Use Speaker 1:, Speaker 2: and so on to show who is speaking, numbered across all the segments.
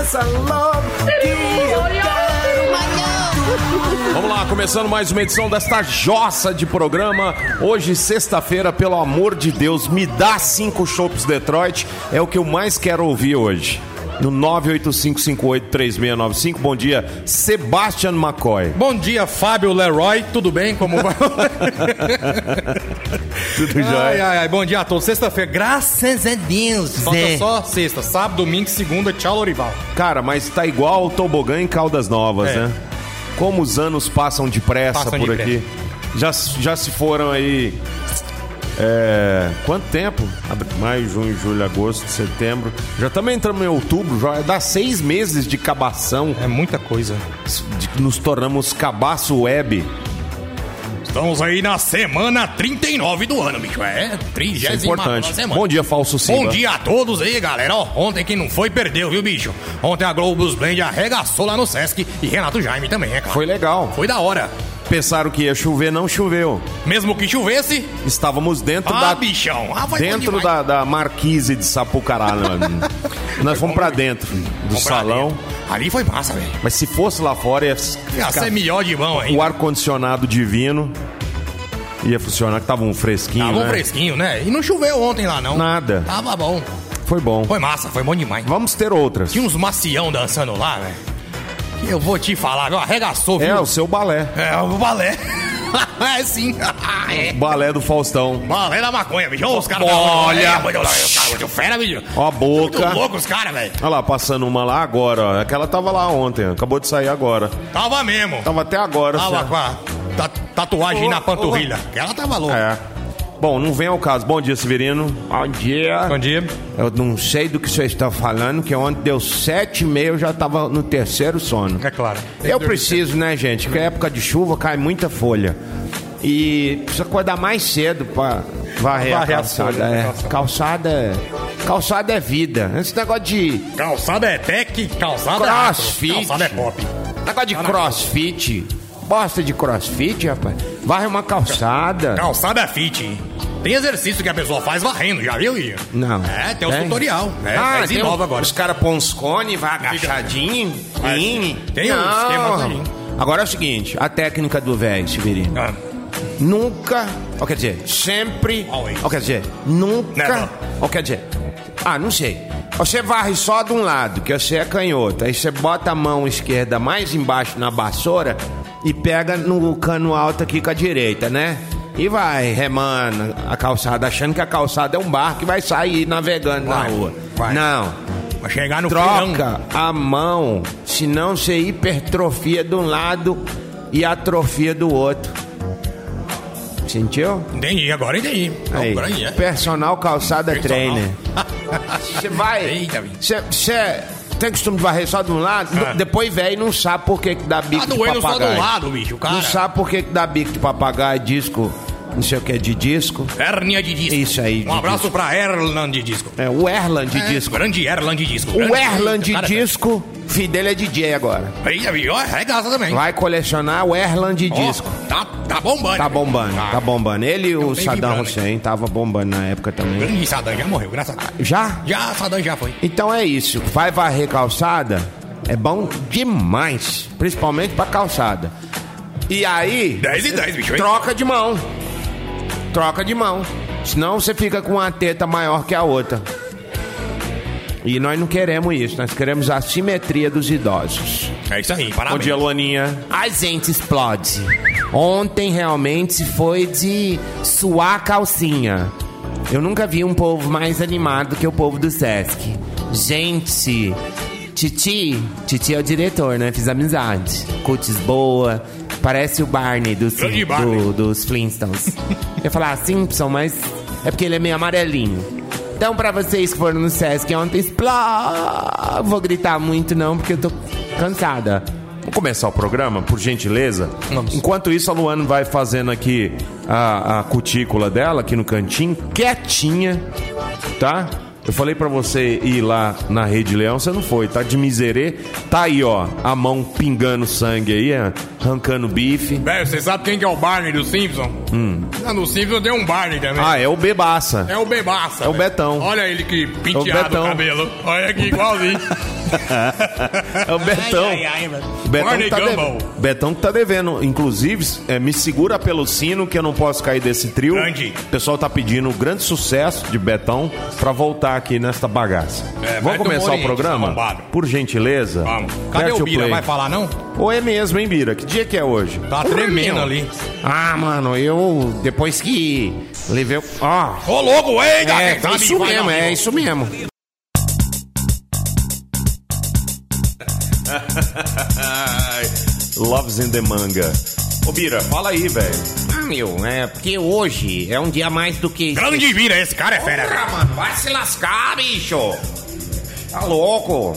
Speaker 1: essa love que eu quero.
Speaker 2: Vamos lá, começando mais uma edição desta jossa de programa. Hoje, sexta-feira, pelo amor de Deus, me dá cinco chopps Detroit. É o que eu mais quero ouvir hoje. No 985583695. Bom dia, Sebastian McCoy.
Speaker 3: Bom dia, Fábio Leroy. Tudo bem? Como vai?
Speaker 2: Tudo
Speaker 3: ai,
Speaker 2: jóia?
Speaker 3: ai, ai. Bom dia a todos. Sexta-feira, graças a Deus. Falta
Speaker 2: Zé.
Speaker 3: só sexta, sábado, domingo, segunda. Tchau, Lorival.
Speaker 2: Cara, mas tá igual o tobogã em Caldas Novas,
Speaker 3: É.
Speaker 2: né? Como os anos passam depressa
Speaker 3: Passam
Speaker 2: por
Speaker 3: depressa.
Speaker 2: aqui. Já, já se foram aí. é, quanto tempo? Abre- Maio, junho, julho, agosto, setembro. Já também entramos em outubro, já dá seis meses de cabação.
Speaker 3: É muita coisa.
Speaker 2: de- nos tornamos cabaço web. é
Speaker 3: Estamos aí na semana 39 do ano, bicho. É,
Speaker 2: Isso é
Speaker 3: 39
Speaker 2: importante. Bom dia, falso Simba.
Speaker 3: Bom dia a todos aí, galera. Ó, ontem quem não foi, perdeu, viu, bicho? Ontem a Globus Blend arregaçou lá no Sesc e Renato Jaime também, é claro.
Speaker 2: Foi legal.
Speaker 3: Foi da hora.
Speaker 2: Pensaram que ia chover, não choveu.
Speaker 3: Mesmo que chovesse,
Speaker 2: Estávamos dentro
Speaker 3: ah,
Speaker 2: da
Speaker 3: bichão. Ah, vai
Speaker 2: dentro
Speaker 3: bom
Speaker 2: da, da marquise de Sapucará. né? Nós fomos pra dentro do
Speaker 3: demais.
Speaker 2: salão.
Speaker 3: Ali foi massa, velho.
Speaker 2: Mas se fosse lá fora, ia ficar
Speaker 3: Essa é melhor de mão aí.
Speaker 2: o ar-condicionado divino. Ia funcionar, que tava um fresquinho,
Speaker 3: Tava
Speaker 2: né?
Speaker 3: fresquinho, né? E não choveu ontem lá, não.
Speaker 2: Nada.
Speaker 3: Tava bom.
Speaker 2: Foi bom.
Speaker 3: Tá. Foi um massa, foi bom demais.
Speaker 2: Vamos ter outras.
Speaker 3: Tinha uns macião dançando lá, velho. Que eu vou te falar, viu? Arregaçou,
Speaker 2: É,
Speaker 3: viu?
Speaker 2: o seu balé.
Speaker 3: É, o balé. é sim. é.
Speaker 2: Balé do Faustão.
Speaker 3: Balé da maconha, bicho. Ô, Os caras... É,
Speaker 2: Olha.
Speaker 3: Olha, os caras muito fera, bicho. Tá
Speaker 2: Ó a boca.
Speaker 3: Muito louco os caras, velho.
Speaker 2: Olha lá, passando uma lá agora. ó. Aquela tava lá ontem, acabou de sair agora.
Speaker 3: Tava mesmo.
Speaker 2: Tava até agora.
Speaker 3: Tava
Speaker 2: assim,
Speaker 3: com a ta- tatuagem
Speaker 2: Ô,
Speaker 3: na panturrilha. Ela tava
Speaker 2: ó.
Speaker 3: louca.
Speaker 2: É. Bom, não vem ao caso. Bom dia, Severino. Bom dia.
Speaker 3: dia.
Speaker 2: Eu não sei do que você está falando, que ontem deu sete e meia, eu já tava no terceiro sono.
Speaker 3: É claro.
Speaker 2: Eu preciso, né, gente? Porque é época de chuva cai muita folha. E precisa acordar mais cedo pra varrer,
Speaker 3: Varrer
Speaker 2: a
Speaker 3: a
Speaker 2: calçada.
Speaker 3: folha, né?
Speaker 2: é.
Speaker 3: calçada.
Speaker 2: calçada. é- Calçada é vida. Esse negócio de.
Speaker 3: Calçada é tech, calçada
Speaker 2: Crossfit.
Speaker 3: é afro, calçada é pop.
Speaker 2: Negócio de crossfit. Bosta de crossfit, rapaz. Varre uma calçada.
Speaker 3: Calçada fit. Tem exercício que a pessoa faz varrendo, já viu, Igor?
Speaker 2: Não.
Speaker 3: É, tem os tutorial. É,
Speaker 2: ah,
Speaker 3: mas
Speaker 2: tem
Speaker 3: inova
Speaker 2: um-
Speaker 3: agora.
Speaker 2: Os caras põem uns cones, vai agachadinho.
Speaker 3: Mas
Speaker 2: hein?
Speaker 3: tem um
Speaker 2: Não.
Speaker 3: esquema também.
Speaker 2: Agora é o seguinte, a técnica do velho, Severino.
Speaker 3: Ah,
Speaker 2: Nunca, ou quer dizer, sempre,
Speaker 3: Always.
Speaker 2: ou quer dizer, nunca,
Speaker 3: Never.
Speaker 2: ou quer dizer, ah, não sei. Você varre só de um lado, que você é canhoto. Aí você bota a mão esquerda mais embaixo na vassoura e pega no cano alto aqui com a direita, né? E vai remando a calçada, achando que a calçada é um barco e vai sair navegando
Speaker 3: Vai,
Speaker 2: na rua.
Speaker 3: vai.
Speaker 2: Não.
Speaker 3: Pra chegar no filão.
Speaker 2: Troca a mão, senão você hipertrofia de um lado e atrofia do outro. Sentiu?
Speaker 3: Entendi, agora entendi.
Speaker 2: Aí,
Speaker 3: Agora aí, é.
Speaker 2: personal calçada
Speaker 3: Personal.
Speaker 2: trainer. Você vai.
Speaker 3: Eita, bicho.
Speaker 2: Você você tem costume de varrer só de um lado?
Speaker 3: Ah.
Speaker 2: Depois, velho, não sabe por que, que dá bico
Speaker 3: Tá
Speaker 2: de
Speaker 3: doendo
Speaker 2: papagaio.
Speaker 3: só do lado, bicho, cara.
Speaker 2: Não sabe por que, que dá bico de papagaio, disco, não sei o que, de disco.
Speaker 3: Hérnia de disco.
Speaker 2: Isso aí, de
Speaker 3: Um abraço pra Erland de disco.
Speaker 2: É, o Erland de
Speaker 3: É,
Speaker 2: disco.
Speaker 3: Grande Erland de disco.
Speaker 2: O
Speaker 3: Grande-
Speaker 2: Erland de
Speaker 3: Cara,
Speaker 2: disco, filho dele é DJ agora.
Speaker 3: Eita, bicho, ó, arregaça também.
Speaker 2: Vai colecionar o Erland de
Speaker 3: Ó,
Speaker 2: disco.
Speaker 3: Tá, tá bombando.
Speaker 2: Tá bombando, tá bombando. Ele e o
Speaker 3: bem
Speaker 2: Saddam
Speaker 3: vibrando, hein?
Speaker 2: Hussein tava bombando na época também.
Speaker 3: Grande Sadan já morreu, graças a Deus.
Speaker 2: Já?
Speaker 3: Já, Sadan já foi.
Speaker 2: Então é isso. Vai varrer calçada é bom demais. Principalmente pra calçada. E aí,
Speaker 3: 10 e 10, bicho, hein?
Speaker 2: troca de mão. Troca de mão. Senão você fica com uma teta maior que a outra. E nós não queremos isso. Nós queremos a simetria dos idosos.
Speaker 3: É isso aí, parabéns.
Speaker 2: Luaninha. A gente explode. Ontem realmente foi de suar a calcinha. Eu nunca vi um povo mais animado que o povo do Sesc. Gente, Titi, Titi é o diretor, né? Fiz amizade. Cutis boa, parece o Barney do Sim-
Speaker 3: Grande Barney.
Speaker 2: do- dos Flintstones. Eu ia falar Simpson, mas é porque ele é meio amarelinho. Então, pra vocês que foram no Sesc ontem, explá- vou gritar muito não, porque eu tô cansada.
Speaker 4: Né? Vamos começar o programa, por gentileza? Enquanto isso, a Luana vai fazendo aqui a, a cutícula dela, aqui no cantinho, quietinha, tá? Eu falei pra você ir lá na Rede Leão, você não foi, tá de miserê. Tá aí, ó, a mão pingando sangue aí, arrancando bife.
Speaker 3: Velho, você sabe quem que é o Barney do Simpson? Ah, no Simpson tem um Barney também.
Speaker 4: Ah, é o bebaça.
Speaker 3: É o Bebaça.
Speaker 4: É o
Speaker 3: velho.
Speaker 4: Betão.
Speaker 3: Olha ele que
Speaker 4: É o
Speaker 3: penteado
Speaker 4: Betão.
Speaker 3: o cabelo. Olha que igualzinho.
Speaker 2: É o Betão.
Speaker 3: Ai, ai, ai, mano.
Speaker 2: O Betão,
Speaker 3: Barney
Speaker 2: que tá de-
Speaker 3: Gumble.
Speaker 2: Betão que tá devendo. Inclusive, é, me segura pelo sino que eu não posso cair desse trio.
Speaker 3: Grande.
Speaker 2: O pessoal tá pedindo um grande sucesso de Betão pra voltar aqui nesta bagaça.
Speaker 3: É, vai
Speaker 2: Vamos começar
Speaker 3: tomar
Speaker 2: o programa?
Speaker 3: Oriente, arrombado.
Speaker 2: Por gentileza.
Speaker 3: Vamos. Cadê
Speaker 2: Aperte
Speaker 3: o Bira?
Speaker 2: play.
Speaker 3: Vai falar não?
Speaker 2: Ou é mesmo, hein, Bira? Que dia que é hoje?
Speaker 3: Tá tremendo ali.
Speaker 5: Ah, mano, eu depois que levei. o- Ó.
Speaker 3: Ô, louco, ei,
Speaker 5: é,
Speaker 3: galera. sabe,
Speaker 5: isso
Speaker 3: vai um
Speaker 5: mesmo,
Speaker 3: não,
Speaker 5: é
Speaker 3: viu?
Speaker 5: isso mesmo.
Speaker 2: Loves in the Manga. Ô, Bira, fala aí, velho.
Speaker 5: Ah, meu, é porque hoje é um dia mais do que.
Speaker 3: Grande Bira, esse cara é fera. velho.
Speaker 5: Porra, mano, vai se lascar, bicho! Tá louco?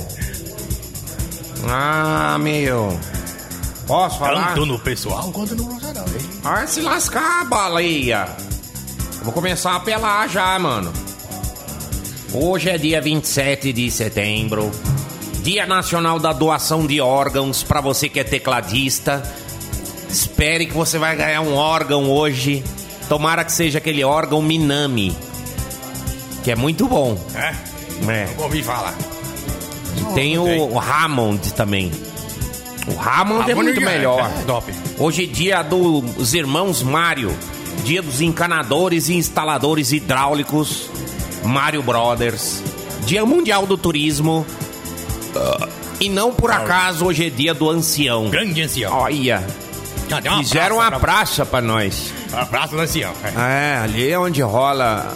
Speaker 5: Ah, meu. Posso falar?
Speaker 3: Tanto no pessoal quanto no profissional. hein?
Speaker 5: Vai se lascar, baleia. Vou começar a pelar já, mano. Hoje é dia 27 de setembro, Dia Nacional da Doação de Órgãos pra você que é tecladista. Espere que você vai ganhar um órgão hoje. Tomara que seja aquele órgão Minami, que é muito bom.
Speaker 3: É?
Speaker 5: É.
Speaker 3: Ouvi falar.
Speaker 5: E tem o, o Hammond também. O Hammond é
Speaker 3: Amor
Speaker 5: muito
Speaker 3: de Deus,
Speaker 5: melhor.
Speaker 3: é Top.
Speaker 5: Hoje é dia dos irmãos Mário, dia dos encanadores e instaladores hidráulicos, Mário Brothers, dia mundial do turismo. Ah, E não por acaso hoje é dia do ancião.
Speaker 3: Grande ancião.
Speaker 5: Olha,
Speaker 3: Ah, tem uma
Speaker 5: fizeram um
Speaker 3: praça
Speaker 5: uma praça pra nós.
Speaker 3: pra- Abraço do ancião.
Speaker 5: É, ali é onde rola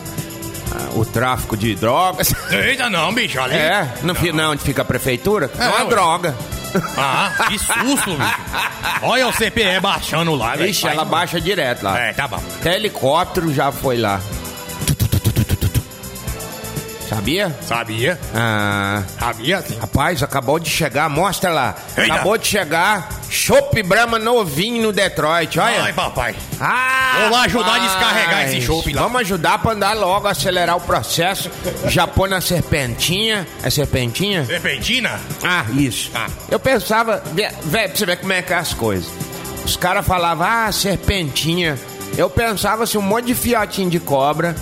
Speaker 5: ah, o tráfico de drogas.
Speaker 3: É. Eita, não, bicho, ali.
Speaker 5: É, no final onde fica a prefeitura, é uma
Speaker 3: ué.
Speaker 5: droga.
Speaker 3: Ah, que susto, bicho. Olha o CPE baixando lá, velho.
Speaker 5: Ixi, ela baixa direto lá.
Speaker 3: É, tá bom.
Speaker 5: Até helicóptero já foi lá. Tu, tu, tu, tu, tu, tu, tu, tu. Sabia?
Speaker 3: Sabia?
Speaker 5: Ah,
Speaker 3: Sabia sim.
Speaker 5: rapaz, acabou de chegar, mostra lá.
Speaker 3: Eita.
Speaker 5: Acabou de chegar, Chopp Brahma novinho no Detroit,
Speaker 3: Ai,
Speaker 5: olha.
Speaker 3: papai.
Speaker 5: Ah,
Speaker 3: Vou lá ajudar a
Speaker 5: rapaz.
Speaker 3: descarregar esse chopp lá.
Speaker 5: Vamos ajudar pra andar logo, acelerar o processo. Já põe na serpentinha. É serpentinha?
Speaker 3: Serpentina?
Speaker 5: Ah, isso.
Speaker 3: Ah.
Speaker 5: Eu pensava, vé- velho, pra você ver como é que é as coisas. Os caras falavam, ah, serpentinha. Eu pensava assim, um monte de fiotinho de cobra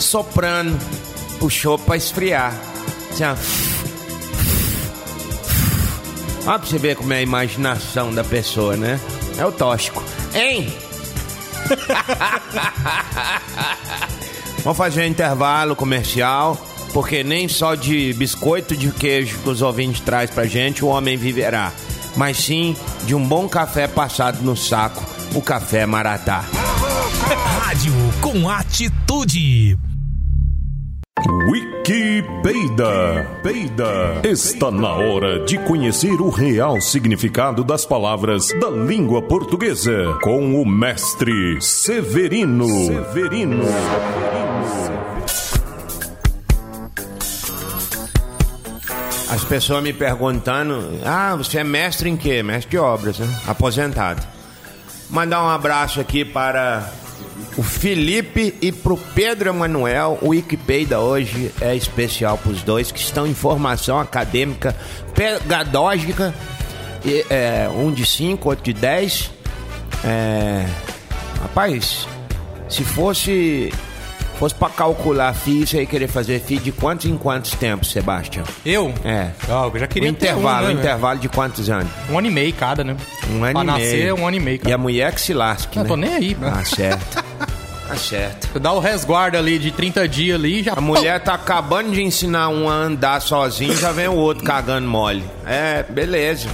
Speaker 5: soprando o chopp pra esfriar. Assim, ó. Ó, pra você ver como é a imaginação da pessoa, né? É o tóxico. Hein? Vamos fazer um intervalo comercial, porque nem só de biscoito de queijo que os ouvintes traz pra gente o homem viverá, mas sim de um bom café passado no saco, o café Maratá.
Speaker 6: Rádio com atitude.
Speaker 7: Wikipedia. Peida. Está na hora de conhecer o real significado das palavras da língua portuguesa com o mestre Severino. Severino.
Speaker 5: As pessoas me perguntando: "Ah, você é mestre em quê? Mestre de obras, né? Aposentado." Mandar um abraço aqui para o Felipe e pro Pedro Emanuel. O Wikipedia hoje é especial para os dois que estão em formação acadêmica pedagógica, e, é, um de 5, outro de 10. É, rapaz, se fosse fosse para calcular FII, você ia querer fazer FII de quantos em quantos tempos, Sebastião?
Speaker 3: Eu?
Speaker 5: É.
Speaker 3: Ah, eu já
Speaker 5: Um
Speaker 3: queria ter
Speaker 5: intervalo,
Speaker 3: um, né,
Speaker 5: um intervalo de quantos anos?
Speaker 3: velho? Um ano e meio cada, né?
Speaker 5: Um ano
Speaker 3: pra
Speaker 5: e meio.
Speaker 3: nascer, um ano e meio
Speaker 5: E
Speaker 3: cada.
Speaker 5: a mulher que se lasque,
Speaker 3: Não
Speaker 5: né?
Speaker 3: tô nem aí, mano.
Speaker 5: Tá certo. tá certo.
Speaker 3: Dá o resguardo ali de 30 dias ali e já...
Speaker 5: A mulher tá acabando de ensinar um a andar sozinho, já vem o outro cagando mole. É, beleza.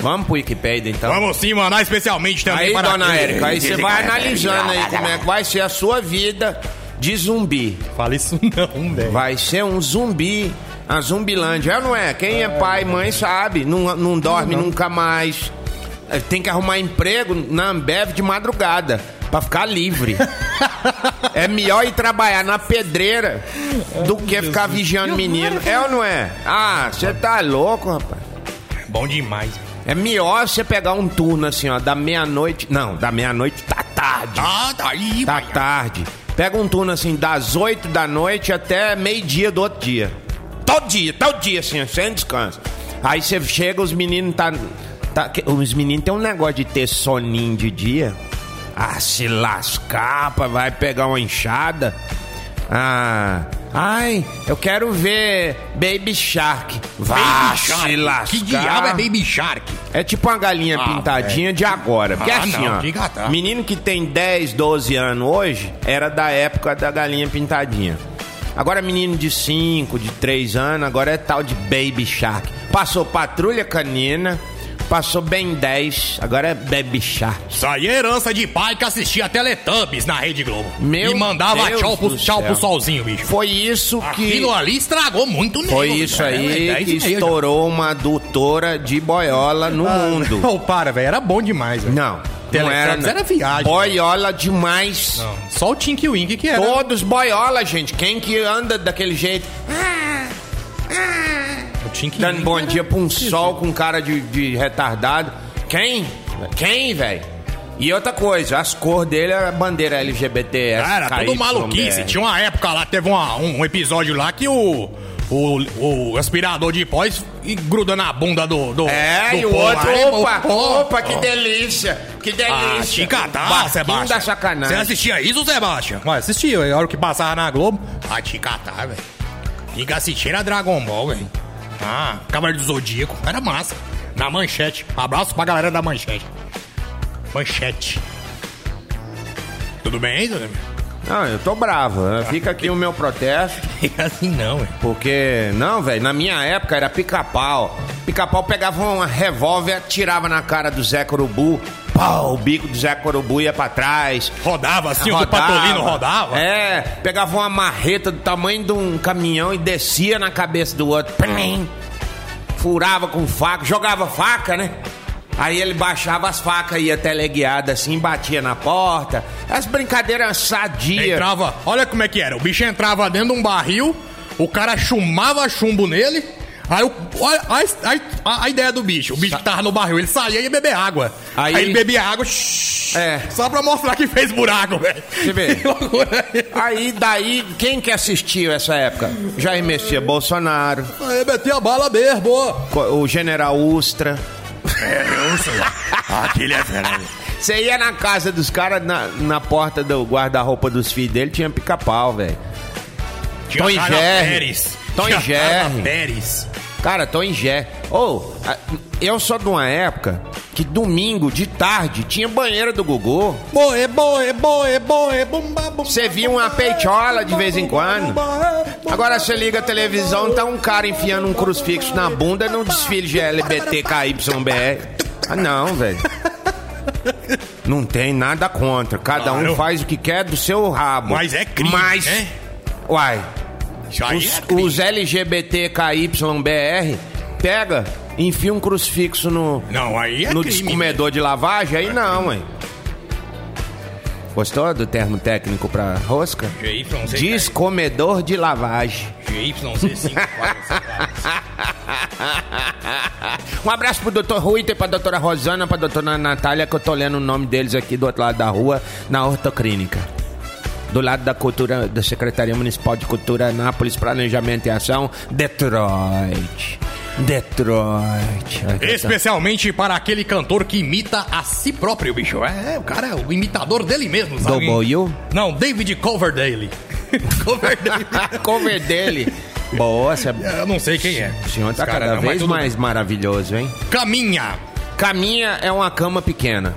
Speaker 5: Vamos pro Wikipedia, então.
Speaker 3: Vamos sim mandar especialmente também
Speaker 5: Aí,
Speaker 3: para...
Speaker 5: dona Érica, aí você vai analisando aí como é que vai ser a sua vida de zumbi.
Speaker 3: Fala isso não, velho.
Speaker 5: Vai ser um zumbi. A zumbilândia, é ou não é? Quem é pai, mãe sabe. Não, não dorme nunca mais. É, Tem que arrumar emprego na Ambev de madrugada. Pra ficar livre. é melhor ir trabalhar na pedreira do que ficar vigiando menino. É ou não é? Ah, você tá louco, rapaz.
Speaker 3: Bom demais. velho.
Speaker 5: É melhor você pegar um turno assim, ó, da meia-noite. Não, da meia-noite tá tarde.
Speaker 3: Ah, tá aí,
Speaker 5: Tá
Speaker 3: vai.
Speaker 5: tarde. Pega um turno assim, das 8 da noite até meio-dia do outro dia. Todo dia, todo dia, assim, sem descanso. Aí você chega, os meninos tá. tá- que- os meninos tem um negócio de ter soninho de dia. Ah, se lascar, pá, vai pegar uma enxada. Ah,
Speaker 8: Ai, eu quero ver Baby Shark. Vá
Speaker 3: Baby Shark?
Speaker 8: se lascar.
Speaker 3: Que diabo é Baby Shark?
Speaker 8: É tipo uma galinha
Speaker 3: Ah,
Speaker 8: pintadinha de agora. Porque
Speaker 3: Ah,
Speaker 8: assim,
Speaker 3: não,
Speaker 8: ó,
Speaker 3: que gatar.
Speaker 8: menino que tem 10, 12 anos hoje, era da época da galinha pintadinha. Agora é menino de 5, de 3 anos, agora é tal de Baby Shark. Passou Patrulha Canina, passou Ben 10, agora é Baby Shark.
Speaker 3: Isso aí é herança de pai que assistia Teletubbies na Rede Globo.
Speaker 8: Meu
Speaker 3: e mandava
Speaker 8: Deus
Speaker 3: tchau, pro,
Speaker 8: do
Speaker 3: tchau
Speaker 8: céu.
Speaker 3: pro solzinho, bicho.
Speaker 8: Foi isso que...
Speaker 3: Aquilo ali estragou muito nele.
Speaker 8: Foi isso
Speaker 3: É,
Speaker 8: aí que estourou uma adutora de boiola
Speaker 3: Ah.
Speaker 8: no mundo.
Speaker 3: Não, para, velho. Era bom demais, velho.
Speaker 8: Não, não
Speaker 3: Teletubbies
Speaker 8: era. não.
Speaker 3: era viagem. né?
Speaker 8: Boiola demais.
Speaker 3: Não, Só o Tink Wink que era.
Speaker 8: Todos boiola, gente. Quem que anda daquele jeito,
Speaker 3: O Tink
Speaker 8: dando
Speaker 3: Wink
Speaker 8: bom
Speaker 3: era-
Speaker 8: dia pra um sol com cara de, de retardado? Quem? Quem, velho? E outra coisa, as cores dele era bandeira LGBT.
Speaker 3: Cara,
Speaker 8: SKY,
Speaker 3: tudo maluquice.
Speaker 8: né?
Speaker 3: Tinha uma época lá, teve uma- um, um episódio lá que o, o, o aspirador de pó es- e gruda na bunda do. do
Speaker 8: É,
Speaker 3: do
Speaker 8: e o
Speaker 3: pó
Speaker 8: outro,
Speaker 3: lá, e o
Speaker 8: opa,
Speaker 3: pó-
Speaker 8: opa, que delícia, que delícia.
Speaker 3: Ah, Ticatá,
Speaker 8: Barquinho
Speaker 3: Sebastião.
Speaker 8: da sacanagem.
Speaker 3: Você assistia isso, Sebastião? Ué, assistia. A hora que passava na Globo. Ah, Ticatá, velho. E que assistir era Dragon Ball, velho. Ah, Cavaleiro do Zodíaco. Era massa. Na manchete. Abraço pra galera da manchete. Manchete. Tudo bem aí, Tudo
Speaker 8: Não, eu tô bravo. né? Fica aqui o meu protesto,
Speaker 3: bem? Assim não, velho.
Speaker 8: porque... Não, velho, na minha época era pica-pau. Pica-pau pegava uma revólver, atirava na cara do Zé Corubu. Pau, o bico do Zé Corubu ia pra trás.
Speaker 3: Rodava assim, o do Patolino rodava.
Speaker 8: É, pegava uma marreta do tamanho de um caminhão e descia na cabeça do outro. Plim! Furava com faca, jogava faca, né? Aí ele baixava as facas, ia teleguiada assim, batia na porta. As brincadeiras sadias.
Speaker 3: Entrava, olha como é que era. O bicho entrava dentro de um barril, o cara chumava chumbo nele. Aí o, a, a- a- a ideia do bicho, o bicho que tava no barril, ele saía e ia beber água.
Speaker 8: Aí-
Speaker 3: Aí, ele bebia água, shhh,
Speaker 8: É.
Speaker 3: só pra mostrar que fez buraco, velho.
Speaker 8: Você vê.
Speaker 3: Que loucura.
Speaker 8: Aí daí, quem que assistiu essa época? Jair Messias Bolsonaro,
Speaker 3: Aí meteu a bala mesmo, ó.
Speaker 8: co- o General Ustra.
Speaker 3: É, Aquele é velho.
Speaker 8: Você ia na casa dos caras, na, na porta do guarda-roupa dos filhos dele, tinha pica-pau, velho. Tom e Jerry.
Speaker 3: Pérez.
Speaker 8: Tom e
Speaker 3: Tinha Carla
Speaker 8: Jerry.
Speaker 3: Pérez.
Speaker 8: Cara, tô em Gé. Ou, a- eu sou de uma época que domingo de tarde tinha banheiro do Gugu.
Speaker 3: Boe, boe, boe, boe, bomba, bomba.
Speaker 8: Você via uma peitola de vez em quando. Agora você liga a televisão, tá um cara enfiando um crucifixo na bunda num desfile de LBTKYBR. Ah, não, velho. Não tem nada contra. Cada um
Speaker 3: Claro.
Speaker 8: faz o que quer do seu rabo.
Speaker 3: Mas é crime,
Speaker 8: Mas,
Speaker 3: né?
Speaker 8: uai,
Speaker 3: Isso aí
Speaker 8: os,
Speaker 3: é crime.
Speaker 8: os LGBTKYBR pega, enfia um crucifixo no,
Speaker 3: Não, aí é
Speaker 8: no
Speaker 3: crime.
Speaker 8: descomedor de lavagem, aí não, hein? Gostou do termo técnico pra rosca?
Speaker 3: JYZ,
Speaker 8: Descomedor de lavagem.
Speaker 3: GYC54.
Speaker 8: Um abraço pro doutor Ruiter, pra doutora Rosana, pra doutora Natália, que eu tô lendo o nome deles aqui do outro lado da rua, na ortoclínica. Do lado da cultura, da Secretaria Municipal de Cultura, Anápolis, Planejamento e Ação, Detroit. Detroit.
Speaker 3: Especialmente para aquele cantor que imita a si próprio, bicho. É, é, o cara é o imitador dele mesmo, sabe?
Speaker 8: Double U?
Speaker 3: Não, David Coverdale. Coverdale.
Speaker 8: A cover dele. Boa, essa...
Speaker 3: Eu não sei quem é.
Speaker 8: O senhor tá
Speaker 3: Esse cara
Speaker 8: cada
Speaker 3: não, mas
Speaker 8: vez
Speaker 3: tudo
Speaker 8: mais maravilhoso, hein?
Speaker 3: bem. Caminha.
Speaker 8: Caminha é uma cama pequena.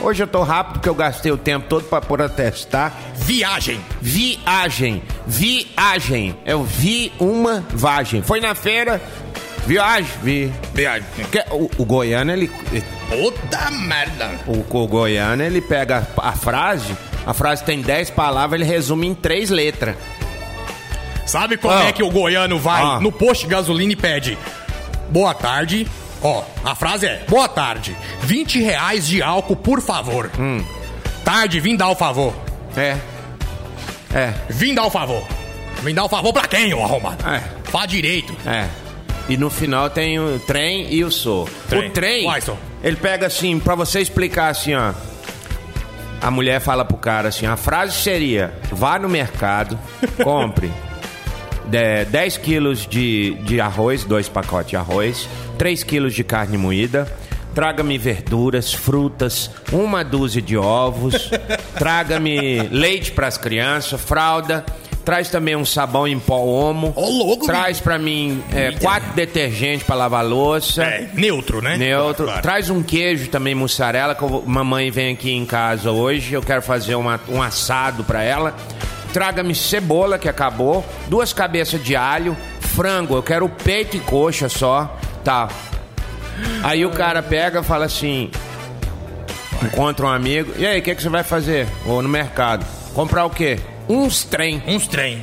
Speaker 8: Hoje eu tô rápido porque eu gastei o tempo todo pra protestar.
Speaker 3: Viagem.
Speaker 8: Viagem, viagem. Eu vi uma vagem. Foi na feira, viagem, vi.
Speaker 3: Viagem.
Speaker 8: Porque o, o goiano, ele.
Speaker 3: Puta merda.
Speaker 8: O, o goiano, ele pega a, a frase, a frase tem 10 palavras, ele resume em três letras.
Speaker 3: Sabe como
Speaker 8: Ah.
Speaker 3: é que o goiano vai
Speaker 8: Ah.
Speaker 3: no posto de gasolina e pede boa tarde? Ó, a frase é boa tarde, 20 reais de álcool, por favor.
Speaker 8: Hum.
Speaker 3: Tarde, vim dar o favor.
Speaker 8: É. É,
Speaker 3: Vim dar o favor. Vim dar o favor pra quem, ô arrombado?
Speaker 8: É.
Speaker 3: Fá direito.
Speaker 8: é. E no final tem o trem e o sou.
Speaker 3: Trem.
Speaker 8: O trem,
Speaker 3: Uai, sou.
Speaker 8: ele pega assim, pra você explicar assim, ó. A mulher fala pro cara assim, a frase seria, vá no mercado, compre de- 10 quilos de, de arroz, dois pacotes de arroz, 3 quilos de carne moída, traga-me verduras, frutas, uma dúzia de ovos, traga-me leite pras crianças, fralda, traz também um sabão em pó homo.
Speaker 3: Ô, louco,
Speaker 8: Traz pra mim é, quatro detergentes pra lavar louça.
Speaker 3: É, neutro, né? Claro,
Speaker 8: Neutro.
Speaker 3: claro.
Speaker 8: Traz um queijo também, mussarela, que eu vou- mamãe vem aqui em casa hoje. Eu quero fazer uma- um assado pra ela. Traga-me cebola, que acabou. Duas cabeças de alho. Frango, eu quero peito e coxa só. Tá. Aí o cara pega e fala assim: encontra um amigo. E aí, o que, que você vai fazer? Vou no mercado. Comprar o quê? Uns trem.
Speaker 3: Uns trem.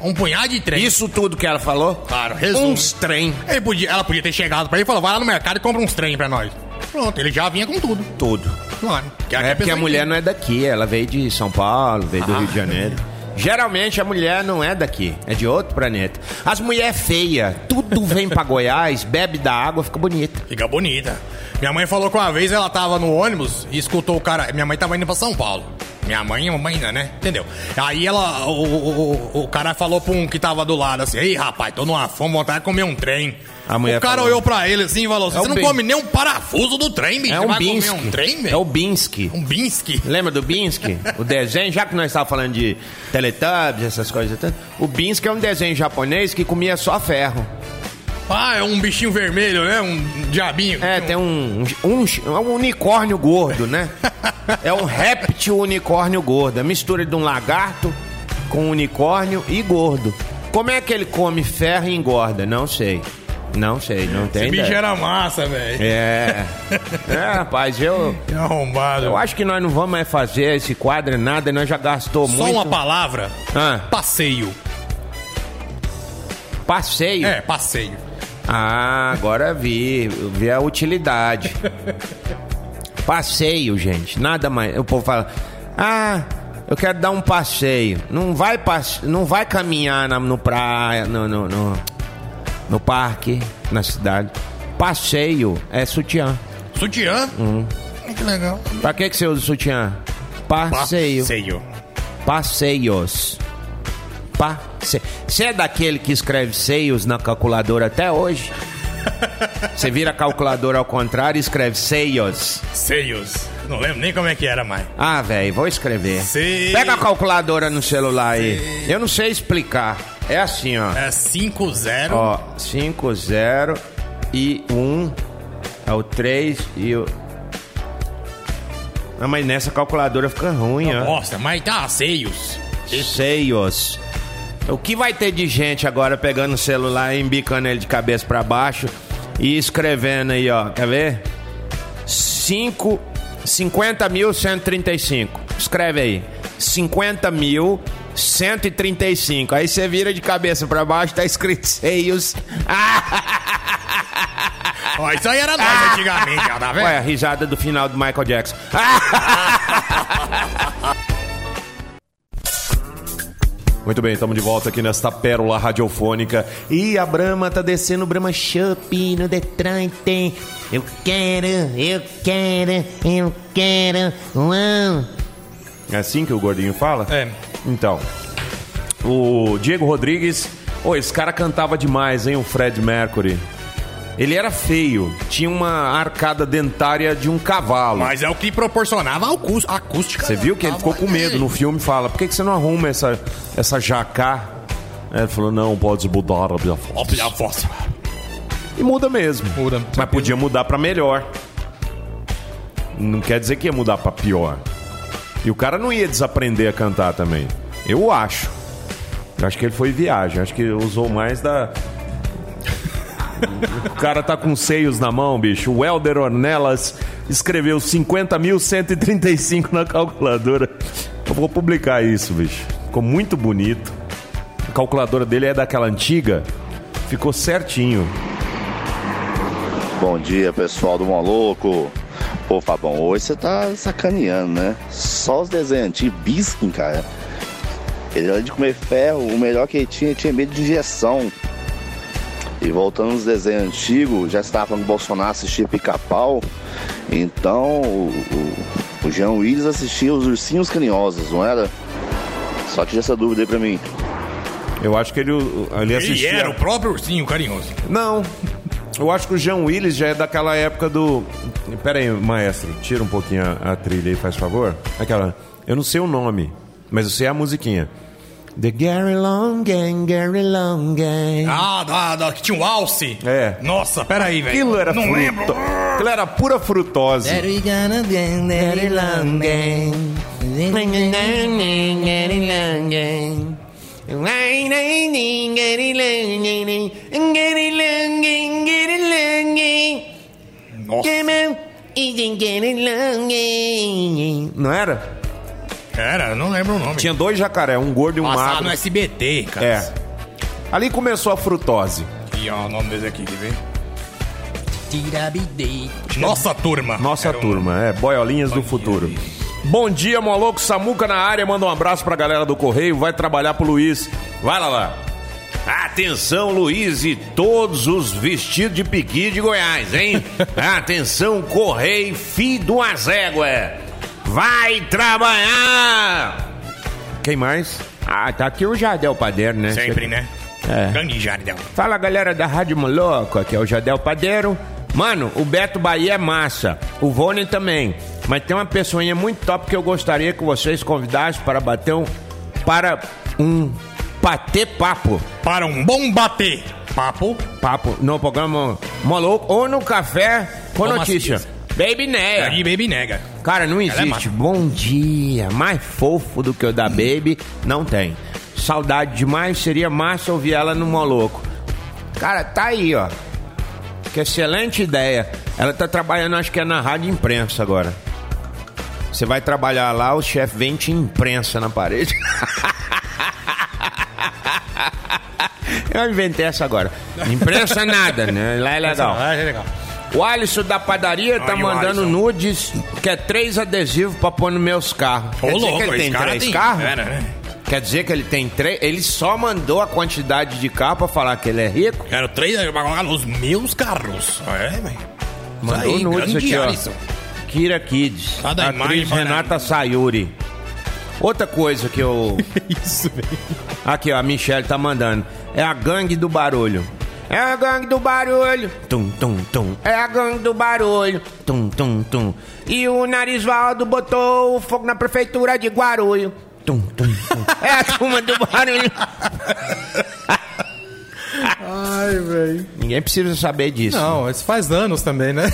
Speaker 3: Um punhado de trem.
Speaker 8: Isso tudo que ela falou?
Speaker 3: Claro, resumo.
Speaker 8: Uns trem.
Speaker 3: Ele podia, ela podia ter chegado pra ele e falou, vai lá no mercado e compra uns trem pra nós. Pronto, ele já vinha com tudo.
Speaker 8: Tudo.
Speaker 3: Claro. Que aqui
Speaker 8: É porque a
Speaker 3: pessoa
Speaker 8: mulher não é daqui, ela veio de São Paulo, veio
Speaker 3: Ah.
Speaker 8: do Rio de Janeiro. Geralmente a mulher não é daqui, é de outro planeta. As mulheres feias, tudo vem pra Goiás, bebe da água, fica bonita.
Speaker 3: Fica bonita. Minha mãe falou que uma vez ela tava no ônibus e escutou o cara. Minha mãe tava indo pra São Paulo. Minha mãe é uma mãe, né? Entendeu? Aí ela. O, o, o- o cara falou pra um que tava do lado assim: Ei, rapaz, tô numa fome, vontade de comer um trem.
Speaker 8: A mulher
Speaker 3: o cara
Speaker 8: falou.
Speaker 3: olhou pra ele assim e falou assim:
Speaker 8: É
Speaker 3: Você
Speaker 8: um
Speaker 3: não
Speaker 8: bin-
Speaker 3: come nem um parafuso do trem, bicho.
Speaker 8: É
Speaker 3: Você
Speaker 8: um
Speaker 3: vai
Speaker 8: Binsky.
Speaker 3: comer um trem,
Speaker 8: é
Speaker 3: velho?
Speaker 8: o Binsky.
Speaker 3: Um Binsky.
Speaker 8: Lembra do Binsky? O desenho, já que nós estávamos falando de Teletubbies, essas coisas e tanto. O Binsky é um desenho japonês que comia só ferro.
Speaker 3: Ah, é um bichinho vermelho, né? Um diabinho.
Speaker 8: É, tem um, um, um- é um unicórnio gordo, né? É um réptil unicórnio gordo. A mistura de um lagarto com um unicórnio e gordo. Como é que ele come ferro e engorda? Não sei. Não sei, não tem
Speaker 3: Esse bicho
Speaker 8: ideia.
Speaker 3: era massa, velho.
Speaker 8: É. É, rapaz, eu,
Speaker 3: É. Arrombado.
Speaker 8: eu acho que nós não vamos mais fazer esse quadro, nada. Nós já gastou
Speaker 3: Só
Speaker 8: muito.
Speaker 3: uma palavra:
Speaker 8: Ah.
Speaker 3: passeio.
Speaker 8: Passeio.
Speaker 3: É, passeio.
Speaker 8: Ah, agora vi. Vi a utilidade. passeio, gente. Nada mais. O povo fala: Ah, eu quero dar um passeio. Não vai, passe... não vai caminhar na, no praia, no, no, no, no parque, na cidade. Passeio é sutiã.
Speaker 3: Sutiã? Olha Hum. Que legal.
Speaker 8: Pra que, que você usa sutiã? Passeio.
Speaker 3: Passeio.
Speaker 8: Passeios. Passe... Você é daquele que escreve seios na calculadora até hoje? Você vira a calculadora ao contrário e escreve seios.
Speaker 3: Seios. Não lembro nem como é que era mais.
Speaker 8: Ah, velho, vou escrever.
Speaker 3: Sei.
Speaker 8: Pega a calculadora no celular aí. Eu não sei explicar. É assim, ó.
Speaker 3: É 5-0.
Speaker 8: Ó, 5, 0 e 1. Um, é o 3 e o. Ah, mas nessa calculadora fica ruim, ó.
Speaker 3: Nossa, mas tá seios.
Speaker 8: Seios. O que vai ter de gente agora pegando o celular e embicando ele de cabeça pra baixo e escrevendo aí, ó, quer ver? 5 50.135. Escreve aí. 50.135. Aí você vira de cabeça pra baixo, tá escrito Ah, seios.
Speaker 3: Ó, isso aí era nós antigamente, ó, tá vendo?
Speaker 8: Olha a risada do final do Michael Jackson.
Speaker 2: Muito bem, estamos de volta aqui nesta pérola radiofônica.
Speaker 8: E a Brahma tá descendo o Brahma Shop no Detroit. Eu quero, eu quero, eu quero. Uau.
Speaker 2: É assim que o gordinho fala?
Speaker 3: É.
Speaker 2: Então, o Diego Rodrigues. Ô, esse cara cantava demais, hein? O Fred Mercury. Ele era feio, tinha uma arcada dentária de um cavalo.
Speaker 3: Mas é o que proporcionava a acus- acústica.
Speaker 2: Você viu que ele ficou com medo no filme fala: por que, que você não arruma essa, essa jacá? Ele falou: não, pode mudar a minha
Speaker 3: Ó,
Speaker 2: voz.
Speaker 3: a força.
Speaker 2: E muda mesmo.
Speaker 3: Muda.
Speaker 2: Mas podia mudar pra melhor. Não quer dizer que ia mudar pra pior. E o cara não ia desaprender a cantar também. Eu acho. Eu acho que ele foi viagem. Acho que usou mais da. o cara tá com seios na mão, bicho. O Helder
Speaker 3: é
Speaker 2: Ornelas escreveu 50.135 na calculadora. Eu vou publicar isso, bicho. Ficou muito bonito. A calculadora dele é daquela antiga. Ficou certinho.
Speaker 9: Bom dia, pessoal do Maluco. Pô, Fabão, hoje você tá sacaneando, né? Só os desenhos antigos, Biskin, cara. Ele era de comer ferro, o melhor que ele tinha, ele tinha medo de injeção. E voltando nos desenhos antigos, já estava falando que o Bolsonaro assistia pica-pau. Então, o, o, o Jean Willis assistia os Ursinhos Carinhosos, não era? Só tira essa dúvida aí pra mim.
Speaker 2: Eu acho que ele, ele
Speaker 3: Ele
Speaker 2: assistia.
Speaker 3: era o próprio ursinho carinhoso.
Speaker 2: Não. Eu acho que o Jean Willis já é daquela época do. Pera aí, maestro, tira um pouquinho a, a trilha aí, faz favor. Aquela. Eu não sei o nome, mas eu sei a musiquinha.
Speaker 8: The Gary Long Gang, Gary Long Gang.
Speaker 3: Ah, da, da, que tinha um alce.
Speaker 2: É.
Speaker 3: Nossa, peraí, velho.
Speaker 2: Aquilo era
Speaker 3: Não
Speaker 2: fruta.
Speaker 3: lembro.
Speaker 2: Aquilo era pura frutose.
Speaker 8: Gary Long Gang, Gary Long Gang. Gary Long Gang. Gary Long Gang, Gary Long Gang, Gary Long Gang.
Speaker 3: Nossa.
Speaker 8: Come on, isn't Gary Long Gang. Não era?
Speaker 3: Era, eu não lembro o nome.
Speaker 2: Tinha dois jacaré, um gordo e um
Speaker 3: Passado
Speaker 2: magro.
Speaker 3: no SBT, cara.
Speaker 2: É. Ali começou a frutose.
Speaker 3: E ó, o nome desse aqui, quer ver? Nossa turma.
Speaker 2: Nossa
Speaker 3: Era um-
Speaker 2: turma, é Boiolinhas do Futuro. Bom dia, maluco. Samuca na área. Manda um abraço pra galera do Correio. Vai trabalhar pro Luiz. Vai lá, lá.
Speaker 10: Atenção, Luiz e todos os vestidos de piqui de Goiás, hein? Atenção, Correio, filho de uma zégua. Vai trabalhar!
Speaker 2: Quem mais?
Speaker 8: Ah, tá aqui o Jardel Padeiro, né?
Speaker 3: Sempre, né? É. Gangue Jardel.
Speaker 8: Fala galera da Rádio Moloco, aqui é o Jadel Padeiro. Mano, o Beto Bahia é massa, o Vôney também. Mas tem uma pessoinha muito top que eu gostaria que vocês convidassem para bater um. Para um. Bater papo.
Speaker 3: Para um bom bater. Papo.
Speaker 8: Papo no programa Moloco ou no Café com
Speaker 3: Toma
Speaker 8: Notícia.
Speaker 3: ciência. É.
Speaker 8: Baby
Speaker 3: E
Speaker 8: Neia.
Speaker 3: Baby Nega.
Speaker 8: Cara, não
Speaker 3: é
Speaker 8: existe.
Speaker 3: massa.
Speaker 8: Bom dia. Mais fofo do que o da Baby, não tem. Saudade demais, seria massa ouvir ela no Moloco. Cara, tá aí, ó. Que excelente ideia. Ela tá trabalhando, acho que é na rádio imprensa agora. Você vai trabalhar lá, o chefe vem e te imprensa na parede. Eu inventei essa agora. Imprensa nada, né? Lá é legal.
Speaker 3: Ah, é legal.
Speaker 8: O Alisson da padaria tá
Speaker 3: Olha o
Speaker 8: mandando
Speaker 3: Alisson.
Speaker 8: nudes, quer três adesivos pra pôr nos meus carros.
Speaker 3: Ô,
Speaker 8: Quer dizer
Speaker 3: louco,
Speaker 8: que ele
Speaker 3: esse
Speaker 8: tem
Speaker 3: cara
Speaker 8: três
Speaker 3: tem...
Speaker 8: carros?
Speaker 3: Era, né?
Speaker 8: Quer dizer que ele tem três? Ele só mandou a quantidade de carro pra falar que ele é rico?
Speaker 3: Quero três pra colocar nos meus carros. É, velho.
Speaker 8: Mandou
Speaker 3: Aí,
Speaker 8: nudes
Speaker 3: grande
Speaker 8: aqui, ó.
Speaker 3: Alisson.
Speaker 8: Kira Kids,
Speaker 3: Tá da
Speaker 8: atriz
Speaker 3: imagem, mano.
Speaker 8: Renata Sayuri. Outra coisa que eu...
Speaker 3: Isso, velho.
Speaker 8: Aqui, ó, a Michelle tá mandando. É a gangue do barulho. É a gangue do barulho. Tum, tum, tum. É a gangue do barulho. Tum, tum, tum. E o Narisvaldo botou o fogo na prefeitura de Guarulho. Tum, tum, tum. É a turma do barulho. Ai, velho. Ninguém precisa saber disso.
Speaker 11: Não, isso faz anos também, né?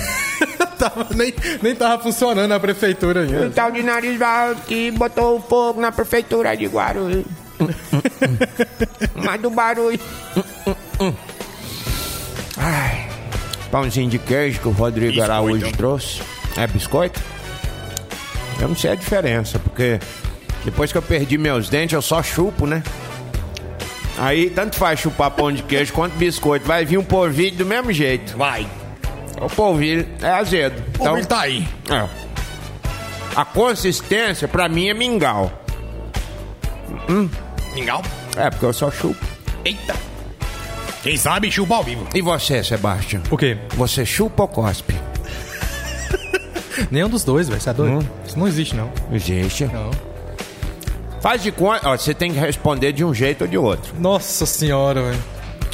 Speaker 11: Tava- nem, nem tava funcionando a prefeitura
Speaker 8: O
Speaker 11: ainda.
Speaker 8: tal de Narisvaldo que botou o fogo na prefeitura de Guarulhos. Mas do barulho. Ai, pãozinho de queijo que o Rodrigo
Speaker 3: Biscoito.
Speaker 8: Araújo trouxe. É biscoito? Eu não sei a diferença, porque depois que eu perdi meus dentes, eu só chupo, né? Aí tanto faz chupar pão de queijo quanto biscoito. Vai vir um polvilho do mesmo jeito.
Speaker 3: Vai.
Speaker 8: O polvilho é azedo.
Speaker 3: O
Speaker 8: Então-
Speaker 3: Bill tá aí.
Speaker 8: é. A consistência, pra mim, é mingau.
Speaker 3: Legal.
Speaker 8: É, porque eu só chupo.
Speaker 3: Eita. Quem sabe chupa ao vivo.
Speaker 8: E você, Sebastião?
Speaker 11: O quê?
Speaker 8: Você chupa ou cospe?
Speaker 11: Nenhum dos dois, velho. Você é doido? Isso não existe, não.
Speaker 8: Hum. Existe.
Speaker 11: Não.
Speaker 8: Faz de conta. ó, Você tem que responder de um jeito ou de outro.
Speaker 11: Nossa senhora, velho.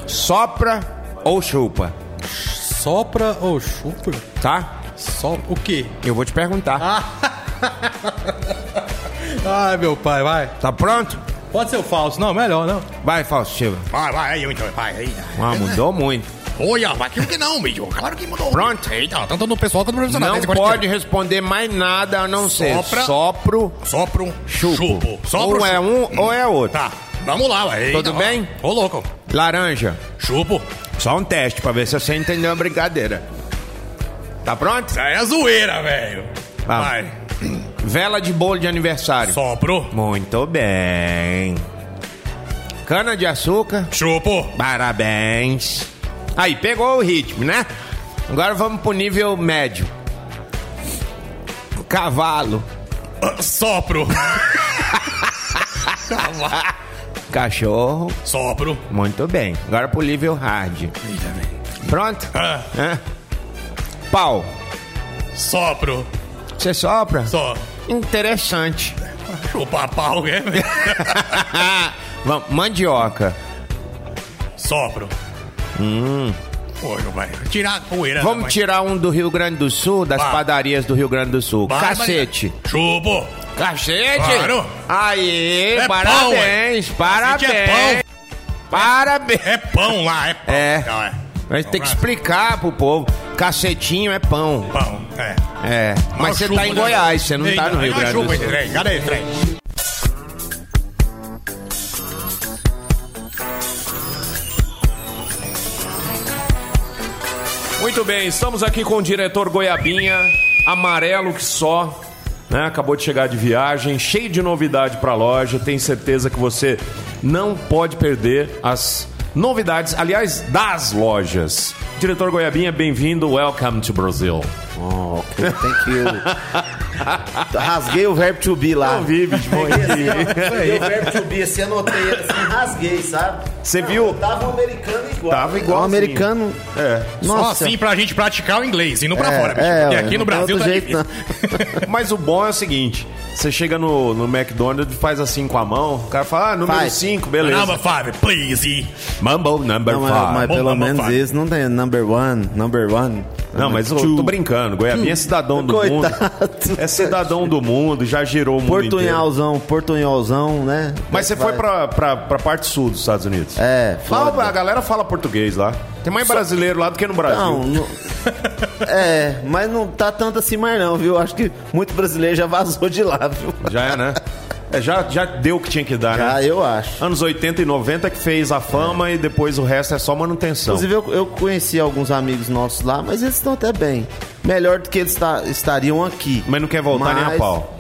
Speaker 8: Sopra ou chupa,
Speaker 11: Sopra ou chupa?
Speaker 8: tá?
Speaker 11: Sopra. O quê? Ah.
Speaker 8: Eu vou te perguntar.
Speaker 11: Ai, meu pai, vai.
Speaker 8: Tá pronto?
Speaker 11: Pode ser o falso. Não, melhor, não.
Speaker 8: Vai, Faustino.
Speaker 3: Vai, vai, aí, então, vai, aí.
Speaker 8: Ah, mudou muito.
Speaker 3: Olha, mas que que não, bicho. Claro que mudou.
Speaker 8: Pronto.
Speaker 3: Eita, tanto no pessoal quanto no profissional.
Speaker 8: Não
Speaker 3: Esse gosta
Speaker 8: pode responder mais nada a não ser
Speaker 3: Sopra.
Speaker 8: sopro,
Speaker 3: de- Sopro,
Speaker 8: chupo.
Speaker 3: chupo. Sopro,
Speaker 8: Ou é
Speaker 3: chupo.
Speaker 8: um ou é outro.
Speaker 3: Tá, vamos lá, ué. Eita,
Speaker 8: Tudo
Speaker 3: ó.
Speaker 8: bem?
Speaker 3: Ô, louco.
Speaker 8: Laranja.
Speaker 3: Chupo.
Speaker 8: Só um teste pra ver se você entendeu a brincadeira. Tá pronto?
Speaker 3: Isso aí é zoeira, velho.
Speaker 8: Ah.
Speaker 3: Vai.
Speaker 8: Vela de bolo de aniversário.
Speaker 3: Sopro,
Speaker 8: Muito bem. Cana de açúcar.
Speaker 3: chupo.
Speaker 8: Parabéns. Aí, pegou o ritmo, né? Agora vamos pro nível médio. Cavalo,
Speaker 3: Ah, Sopro.
Speaker 8: cachorro,
Speaker 3: Sopro.
Speaker 8: muito bem. Agora pro nível hard.
Speaker 3: Eita, velho.
Speaker 8: Pronto?
Speaker 3: Ah,
Speaker 8: Hã? Pau,
Speaker 3: Sopro.
Speaker 8: você sopra?
Speaker 3: Só.
Speaker 8: Interessante.
Speaker 3: Chupa pau, né, velho?
Speaker 8: Vamos, mandioca.
Speaker 3: Sopro. Hum. Pô, não vai. Tirar a poeira. da
Speaker 8: Vamos
Speaker 3: mãe.
Speaker 8: tirar um do Rio Grande do Sul, das
Speaker 3: Vai.
Speaker 8: padarias do Rio Grande do Sul.
Speaker 3: Vai,
Speaker 8: Cacete.
Speaker 3: vai. Chupo.
Speaker 5: Cacete!
Speaker 3: Claro.
Speaker 5: Aí,
Speaker 3: É
Speaker 5: parabéns, parabéns,
Speaker 3: Cacete é
Speaker 5: parabéns.
Speaker 3: É pão lá, é pão.
Speaker 5: É.
Speaker 3: Não, é.
Speaker 5: A gente tem que explicar pro povo. Cacetinho é pão.
Speaker 3: Pão, é.
Speaker 5: É. Mas você tá em Goiás, você não tá no Rio Grande do Sul.
Speaker 3: Trem. Cadê Então, esse trem?
Speaker 2: Muito bem, estamos aqui com o diretor Goiabinha, amarelo que só, né? Acabou de chegar de viagem, cheio de novidade para a loja. Tenho certeza que você não pode perder as novidades, aliás, das lojas. Diretor Goiabinha, bem-vindo, welcome to Brasil.
Speaker 8: Oh, ok, thank you. Rasguei o verbo to be lá.
Speaker 2: vi, bicho, bom
Speaker 8: Peguei assim, ó, peguei o verbo to be, assim, anotei, assim, rasguei, sabe?
Speaker 2: Você viu?
Speaker 8: Eu tava um americano igual.
Speaker 2: Tava igual
Speaker 8: Um
Speaker 2: assim.
Speaker 8: americano. É. Nossa.
Speaker 3: Só assim pra gente praticar o inglês e não
Speaker 5: É,
Speaker 3: pra fora. bicho, porque aqui no
Speaker 8: não tem
Speaker 3: Brasil tá
Speaker 8: outro jeito,
Speaker 3: difícil.
Speaker 2: Mas o bom é o seguinte, você chega no, no McDonald's, faz assim com a mão, o cara fala, ah, número
Speaker 8: Faz.
Speaker 2: 5, beleza.
Speaker 3: Number five, please.
Speaker 2: Mumble number
Speaker 8: Não, mas, mas
Speaker 2: five.
Speaker 3: Bom,
Speaker 8: pelo
Speaker 3: number
Speaker 8: menos
Speaker 3: five.
Speaker 8: isso. Não tem number one, number one.
Speaker 2: Não, mas eu tô brincando. Goiabinha é cidadão do mundo.
Speaker 8: Coitado.
Speaker 2: É cidadão do mundo, já girou o mundo inteiro.
Speaker 8: Portunhalzão, portunholzão, né?
Speaker 2: Mas você foi pra, pra, pra parte sul dos Estados Unidos.
Speaker 8: É,
Speaker 2: Fala,
Speaker 8: foda.
Speaker 2: a galera fala português lá. Tem mais brasileiro lá do que no Brasil.
Speaker 8: Não, não- É, mas não tá tanto assim mais não, viu? Acho que muito brasileiro já vazou de lá, viu?
Speaker 2: Já é, né? É, já, já deu o que tinha que dar,
Speaker 8: Ah,
Speaker 2: né?
Speaker 8: eu acho.
Speaker 2: Anos 80 e 90 que fez a fama e depois o resto é só manutenção.
Speaker 8: Inclusive, eu, eu conheci alguns amigos nossos lá, mas eles estão até bem. Melhor do que eles ta- estariam aqui.
Speaker 2: Mas não quer voltar nem a
Speaker 8: Mas,
Speaker 2: pau.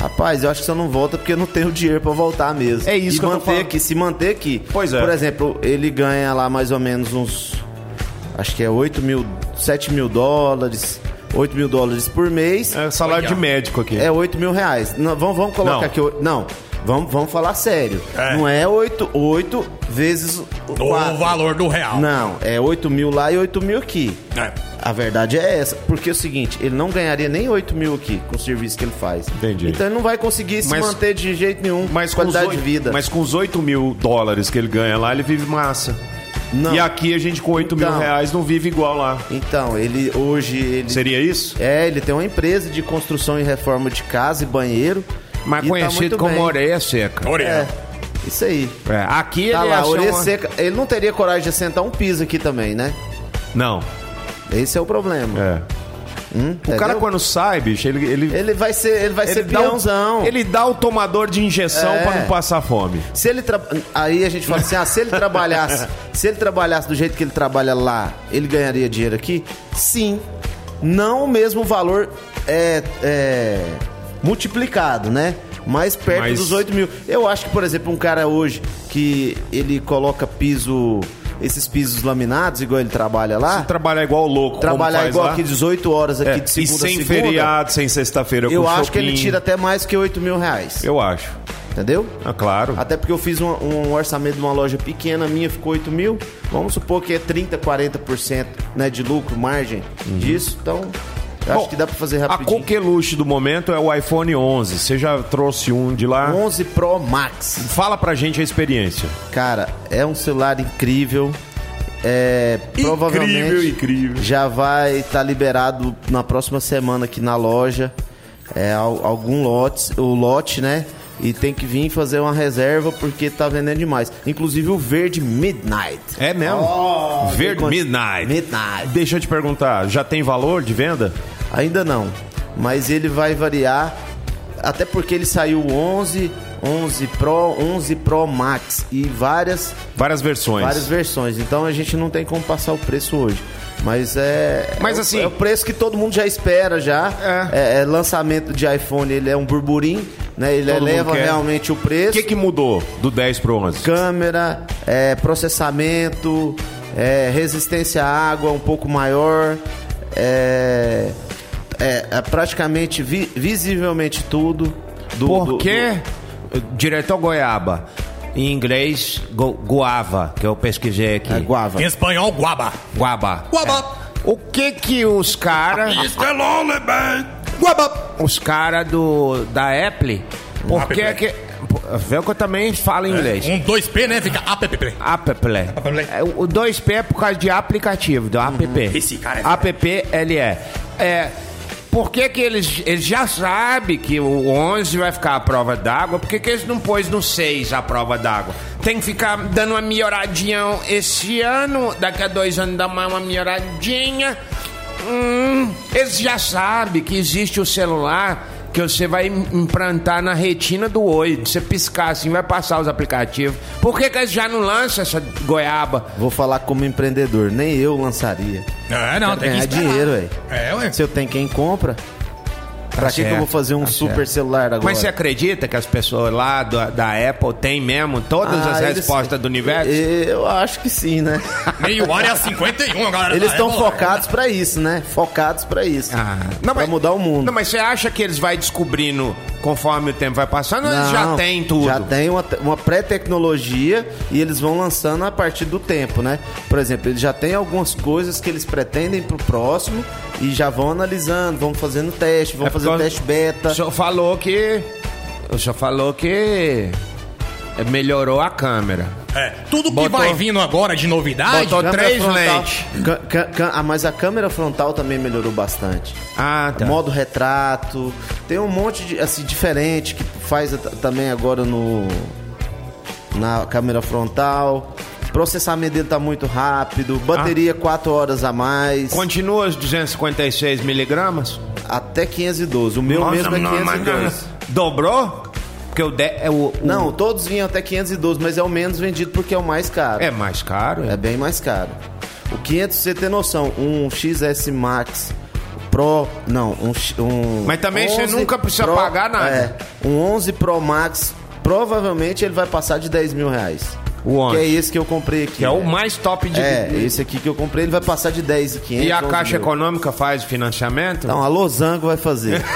Speaker 8: Rapaz, eu acho que você não volta porque eu não tenho dinheiro pra voltar mesmo.
Speaker 2: É isso
Speaker 8: e
Speaker 2: que eu tô
Speaker 8: manter
Speaker 2: falando.
Speaker 8: aqui, se manter aqui.
Speaker 2: Pois é.
Speaker 8: Por exemplo, ele ganha lá mais ou menos uns. Acho que é 8 mil, 7 mil dólares, 8 mil dólares por mês.
Speaker 2: É salário de médico aqui.
Speaker 8: É 8 mil reais. Não, vamos, vamos colocar
Speaker 2: Não.
Speaker 8: aqui. o- Não, vamos, vamos falar sério. Não é 8, 8 vezes o
Speaker 3: O
Speaker 8: quatro.
Speaker 3: valor do real.
Speaker 8: Não, é 8 mil lá e 8 mil aqui.
Speaker 3: É.
Speaker 8: A verdade é essa. Porque é o seguinte, ele não ganharia nem 8 mil aqui com o serviço que ele faz.
Speaker 2: Entendi.
Speaker 8: Então ele não vai conseguir se
Speaker 2: Mas-
Speaker 8: manter de jeito nenhum.
Speaker 2: Mas com os
Speaker 8: qualidade
Speaker 2: oito-
Speaker 8: de vida.
Speaker 2: Mas com os 8 mil dólares que ele ganha lá, ele vive massa.
Speaker 8: Não.
Speaker 2: E aqui a gente com 8 mil
Speaker 8: Então.
Speaker 2: reais não vive igual lá.
Speaker 8: Então, ele hoje. Ele...
Speaker 2: Seria isso?
Speaker 8: É, ele tem uma empresa de construção e reforma de casa e banheiro.
Speaker 5: Mas
Speaker 8: e tá
Speaker 5: conhecido
Speaker 8: muito
Speaker 5: como
Speaker 8: bem.
Speaker 5: orelha seca.
Speaker 8: É.
Speaker 3: Orelha.
Speaker 8: Isso aí.
Speaker 5: É, aqui
Speaker 8: Tá
Speaker 5: ele
Speaker 8: lá,
Speaker 5: achou
Speaker 8: orelha
Speaker 5: uma-
Speaker 8: seca. Ele não teria coragem de assentar um piso aqui também, né?
Speaker 2: Não.
Speaker 8: Esse é o problema.
Speaker 2: É. O cara quando sai, bicho, ele. ele...
Speaker 8: Ele vai ser, ele vai
Speaker 2: ele
Speaker 8: ser
Speaker 2: dá,
Speaker 8: peãozão.
Speaker 2: o, ele dá o tomador de injeção
Speaker 8: É.
Speaker 2: pra não passar fome.
Speaker 8: Se ele tra... Aí a gente fala assim: ah, se ele trabalhasse, se ele trabalhasse do jeito que ele trabalha lá, ele ganharia dinheiro aqui? Sim. Não o mesmo valor é, é, multiplicado, né? Mais perto
Speaker 2: Mas-
Speaker 8: dos 8 mil. Eu acho que, por exemplo, um cara hoje que ele coloca piso, esses pisos laminados, igual ele trabalha lá,
Speaker 2: Trabalhar igual louco.
Speaker 8: Ah. trabalhar
Speaker 2: como faz
Speaker 8: igual
Speaker 2: lá.
Speaker 8: aqui 18 horas aqui
Speaker 2: É,
Speaker 8: de
Speaker 2: E
Speaker 8: segunda a
Speaker 2: sem
Speaker 8: segunda,
Speaker 2: feriado, sem sexta-feira com
Speaker 8: eu acho que ele
Speaker 2: shopping.
Speaker 8: tira até mais que 8 mil reais.
Speaker 2: Eu acho.
Speaker 8: Entendeu?
Speaker 2: Ah, claro.
Speaker 8: Até porque eu fiz um, um orçamento de uma loja pequena, minha ficou 8 mil. Vamos supor que é 30%, 40% né, de lucro, margem disso. Então, eu
Speaker 2: Uhum. Bom,
Speaker 8: acho que dá pra fazer
Speaker 2: A
Speaker 8: rapidinho.
Speaker 2: coqueluche do momento é o iPhone 11. Você já trouxe um de lá?
Speaker 8: 11 Pro Max.
Speaker 2: Fala pra gente a experiência.
Speaker 8: Cara, é um celular incrível. É, provavelmente
Speaker 2: incrível.
Speaker 8: já vai estar liberado na próxima semana aqui na loja. É, al- algum lote, o lote, né? E tem que vir fazer uma reserva porque tá vendendo demais. Inclusive o verde Midnight.
Speaker 2: É mesmo?
Speaker 8: Oh,
Speaker 2: Verde
Speaker 8: tem condi-
Speaker 2: Midnight.
Speaker 8: Midnight.
Speaker 2: Deixa eu te perguntar, já tem valor de venda?
Speaker 8: Ainda não, mas ele vai variar, até porque ele saiu 11, 11 Pro, 11 Pro Max e várias,
Speaker 2: Várias versões.
Speaker 8: várias versões. Então a gente não tem como passar o preço hoje. Mas é.
Speaker 2: Mas
Speaker 8: é o-
Speaker 2: assim-
Speaker 8: É o preço que todo mundo já espera já. É. é lançamento de iPhone, ele é um burburinho, né? Ele
Speaker 2: Todo mundo
Speaker 8: eleva
Speaker 2: quer.
Speaker 8: realmente o
Speaker 2: O
Speaker 8: preço.
Speaker 2: que, que mudou do 10 pro 11?
Speaker 8: Câmera, é, processamento, é, resistência à água um pouco maior, é, é, é praticamente vi- visivelmente tudo. Do, do-
Speaker 5: Por que, diretor Goiaba, em inglês, go, guava, que eu pesquisei aqui.
Speaker 8: do- é, guava.
Speaker 3: Em espanhol, guaba.
Speaker 5: Guaba.
Speaker 3: Guaba.
Speaker 5: É. O que que os caras,
Speaker 3: Isso é lonely, man. Guaba.
Speaker 5: os caras do, da Apple, por que
Speaker 3: Apple.
Speaker 5: que... pô, Vê que eu também falo inglês.
Speaker 3: Um 2P, né? Fica app.
Speaker 5: Apple.
Speaker 3: Apple.
Speaker 5: É, O
Speaker 3: Uhum.
Speaker 5: 2P é por causa de aplicativo, do app.
Speaker 3: Esse cara é-
Speaker 5: App, ele é. É, Por que, que eles, eles já sabem que o 11 vai ficar à prova d'água? Por que, que eles não pôs no 6 à prova d'água? Tem que ficar dando uma melhoradinha esse ano, daqui a dois anos dá mais uma melhoradinha. Hum, eles já sabem que existe o celular que você vai im- implantar na retina do olho. Você piscar assim, vai passar os aplicativos. Por que, que eles já não lançam essa goiaba?
Speaker 8: Vou falar como empreendedor, nem eu lançaria.
Speaker 3: É, não,
Speaker 8: Quero
Speaker 3: tem que
Speaker 8: ganhar
Speaker 3: esperar.
Speaker 8: dinheiro, velho.
Speaker 3: É, ué.
Speaker 8: Se eu tenho quem compra, pra que, que eu
Speaker 5: certo,
Speaker 8: vou fazer um
Speaker 5: tá
Speaker 8: super
Speaker 5: certo.
Speaker 8: celular agora?
Speaker 5: Mas você é acredita que as pessoas lá do- da Apple têm mesmo todas
Speaker 8: Ah,
Speaker 5: as
Speaker 8: eles-
Speaker 5: respostas do universo?
Speaker 8: Eu acho que sim, né?
Speaker 3: Meio hora é a 51, galera.
Speaker 8: Eles
Speaker 3: Ah,
Speaker 8: estão
Speaker 3: é,
Speaker 8: focados pra isso, né? Focados pra isso.
Speaker 5: Ah,
Speaker 8: pra mudar o mundo.
Speaker 5: Não, mas você acha que eles vão descobrindo conforme o tempo vai passando? ou eles já
Speaker 8: Não,
Speaker 5: têm tudo.
Speaker 8: Já tem uma, uma pré-tecnologia e eles vão lançando a partir do tempo, né? Por exemplo, eles já têm algumas coisas que eles pretendem pro próximo e já vão analisando, vão fazendo teste, vão
Speaker 5: É por
Speaker 8: fazendo
Speaker 5: causa-
Speaker 8: teste beta.
Speaker 5: O senhor falou que. O senhor falou que. Melhorou a câmera.
Speaker 3: É, tudo que
Speaker 5: Botou-
Speaker 3: vai vindo agora de novidade.
Speaker 5: Botou
Speaker 8: Câmera
Speaker 5: três
Speaker 8: frontal-
Speaker 5: lentes.
Speaker 8: Ca- ca- ca- ah, mas a câmera frontal também melhorou bastante.
Speaker 5: Ah, tá.
Speaker 8: Modo retrato. Tem um monte de assim diferente que faz a- também agora no na câmera frontal. Processamento dele tá muito rápido, bateria
Speaker 5: Ah.
Speaker 8: 4 horas a mais,
Speaker 5: Continua os 256 miligramas?
Speaker 8: até 512. O meu mesmo é 512.
Speaker 5: Dobrou? Porque o, de, é o, o-
Speaker 8: Não, todos vinham até 512, mas é o menos vendido porque é o mais caro.
Speaker 5: É mais caro?
Speaker 8: É bem mais caro. O 500, você tem noção, um XS Max Pro, não, um... X- um
Speaker 5: Mas também você nunca precisa pagar nada.
Speaker 8: É, um 11 Pro Max, provavelmente ele vai passar de 10 mil reais.
Speaker 5: O 11.
Speaker 8: Que é esse que eu comprei aqui.
Speaker 5: Que é o
Speaker 8: né?
Speaker 5: mais top de.
Speaker 8: É, esse aqui que eu comprei, ele vai passar de 10 e 500.
Speaker 5: e a
Speaker 8: 11
Speaker 5: Caixa
Speaker 8: mil. Então,
Speaker 5: Econômica faz o financiamento?
Speaker 8: Não, a Losango vai fazer.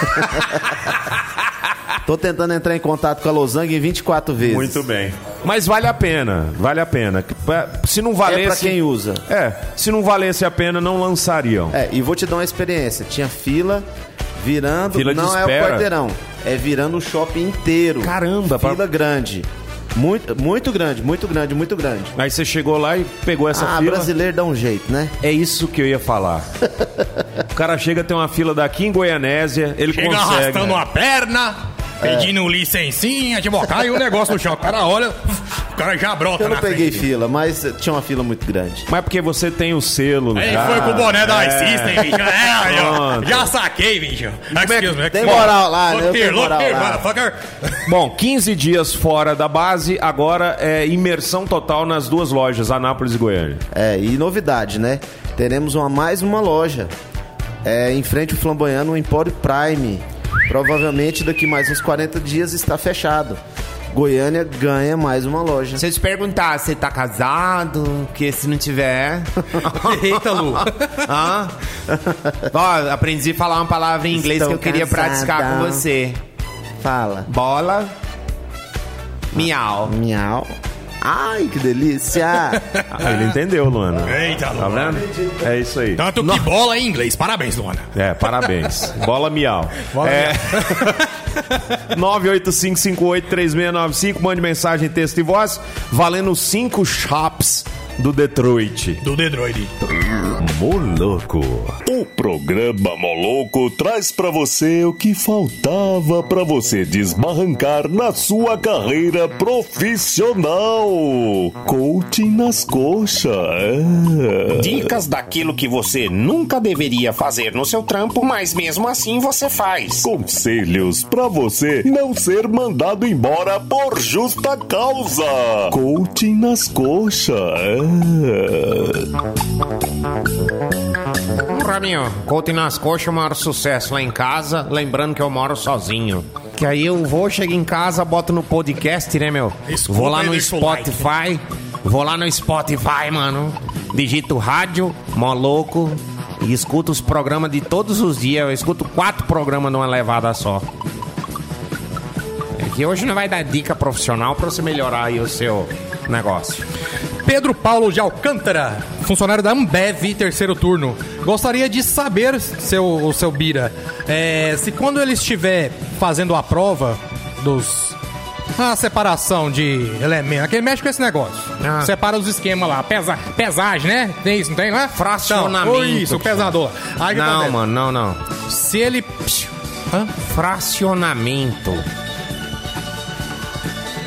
Speaker 8: Tô tentando entrar em contato com a Losango em 24 vezes.
Speaker 2: Muito bem. Mas vale a pena, vale a pena. Pra- Se não
Speaker 8: É pra
Speaker 2: valesse.
Speaker 8: quem usa.
Speaker 2: É, se não valesse a pena, não lançariam.
Speaker 8: É, e vou te dar uma experiência. Tinha fila virando.
Speaker 2: Fila de
Speaker 8: não é
Speaker 2: espera.
Speaker 8: o quarteirão. É virando o shopping inteiro.
Speaker 2: Caramba,
Speaker 8: Fila
Speaker 2: pra-
Speaker 8: grande. Muito, muito grande, muito grande, muito grande.
Speaker 2: Aí você chegou lá e pegou essa
Speaker 8: ah,
Speaker 2: fila.
Speaker 8: brasileiro dá um jeito, né?
Speaker 2: É isso que eu ia falar. o cara chega, tem uma fila daqui em Goianésia, ele
Speaker 3: Chega
Speaker 2: consegue. né?
Speaker 8: né?
Speaker 3: arrastando a perna,
Speaker 8: É.
Speaker 3: pedindo licencinha tipo, de bocar e o um negócio no chão. O cara olha, o cara já
Speaker 2: Tá
Speaker 3: brota
Speaker 8: Eu não
Speaker 3: na
Speaker 8: peguei
Speaker 3: frente.
Speaker 8: fila, mas tinha uma fila muito grande.
Speaker 2: Mas é porque você tem o selo,
Speaker 3: Aí
Speaker 2: cara.
Speaker 3: foi com o boné da
Speaker 2: É.
Speaker 3: System, bicho. É, aí, ó.
Speaker 2: Pronto.
Speaker 3: Já saquei, bicho. Excuse me.
Speaker 8: é tem moral lá, né? Eu tenho
Speaker 3: Locker,
Speaker 8: moral
Speaker 3: locker,
Speaker 8: lá.
Speaker 3: motherfucker.
Speaker 2: Bom, 15 dias fora da base, agora é imersão total nas duas lojas, Anápolis e Goiânia.
Speaker 8: É, e novidade, né? Teremos uma, mais uma loja. É, em frente ao Flamboyano, o Empório Prime. Provavelmente daqui mais uns 40 dias está fechado. Goiânia ganha mais uma loja.
Speaker 5: Se eu te perguntar se tá casado, que se não tiver.
Speaker 11: Eita, Lu.
Speaker 5: Hã? Ó, aprendi a falar uma palavra em inglês
Speaker 8: Estou
Speaker 5: que eu queria
Speaker 8: casada.
Speaker 5: praticar com você.
Speaker 8: Fala.
Speaker 5: Bola. Miau.
Speaker 8: Miau. Ai, que delícia!
Speaker 2: Ah, ele entendeu, Luana.
Speaker 3: Eita,
Speaker 2: Tá
Speaker 3: Luana.
Speaker 2: vendo? É isso aí.
Speaker 3: Tanto que bola em inglês. Parabéns, Luana.
Speaker 2: É, parabéns. Bola miau. É. 985583695, mande mensagem, texto e voz, valendo cinco chaps do Detroit.
Speaker 3: Do Dedroid.
Speaker 7: Moloco. O programa Moloco traz pra você o que faltava pra você desbarrancar na sua carreira profissional. Coaching nas coxas. é.
Speaker 12: Dicas daquilo que você nunca deveria fazer no seu trampo, mas mesmo assim você faz.
Speaker 7: Conselhos pra você não ser mandado embora por justa causa. Coaching nas coxas. é.
Speaker 5: Raminho, Couto nas coxas é o maior sucesso lá em casa, lembrando que eu moro sozinho. Que aí eu vou, chego em casa, boto no podcast, né, meu?
Speaker 3: Escuta
Speaker 5: vou lá
Speaker 3: e
Speaker 5: no
Speaker 3: deixa o like.
Speaker 5: Spotify, vou lá no Spotify, mano. Digito rádio, moloco, e escuto os programas de todos os dias. Eu escuto quatro programas numa levada só. É que hoje não vai dar dica profissional pra você melhorar aí o seu negócio.
Speaker 11: Pedro Paulo de Alcântara, funcionário da Ambev, terceiro turno. Gostaria de saber, seu, o seu Bira, é, se quando ele estiver fazendo a prova dos a separação de elementos. Aquele mexe com esse negócio.
Speaker 5: Ah.
Speaker 11: Separa os esquemas lá. Pesa, pesagem, né? Tem isso, não tem? Não é?
Speaker 5: Fracionamento.
Speaker 11: Então, isso, o pesador. Aí o que
Speaker 5: não,
Speaker 11: acontece?
Speaker 5: mano, não, não.
Speaker 11: Se ele. Hã?
Speaker 5: Fracionamento.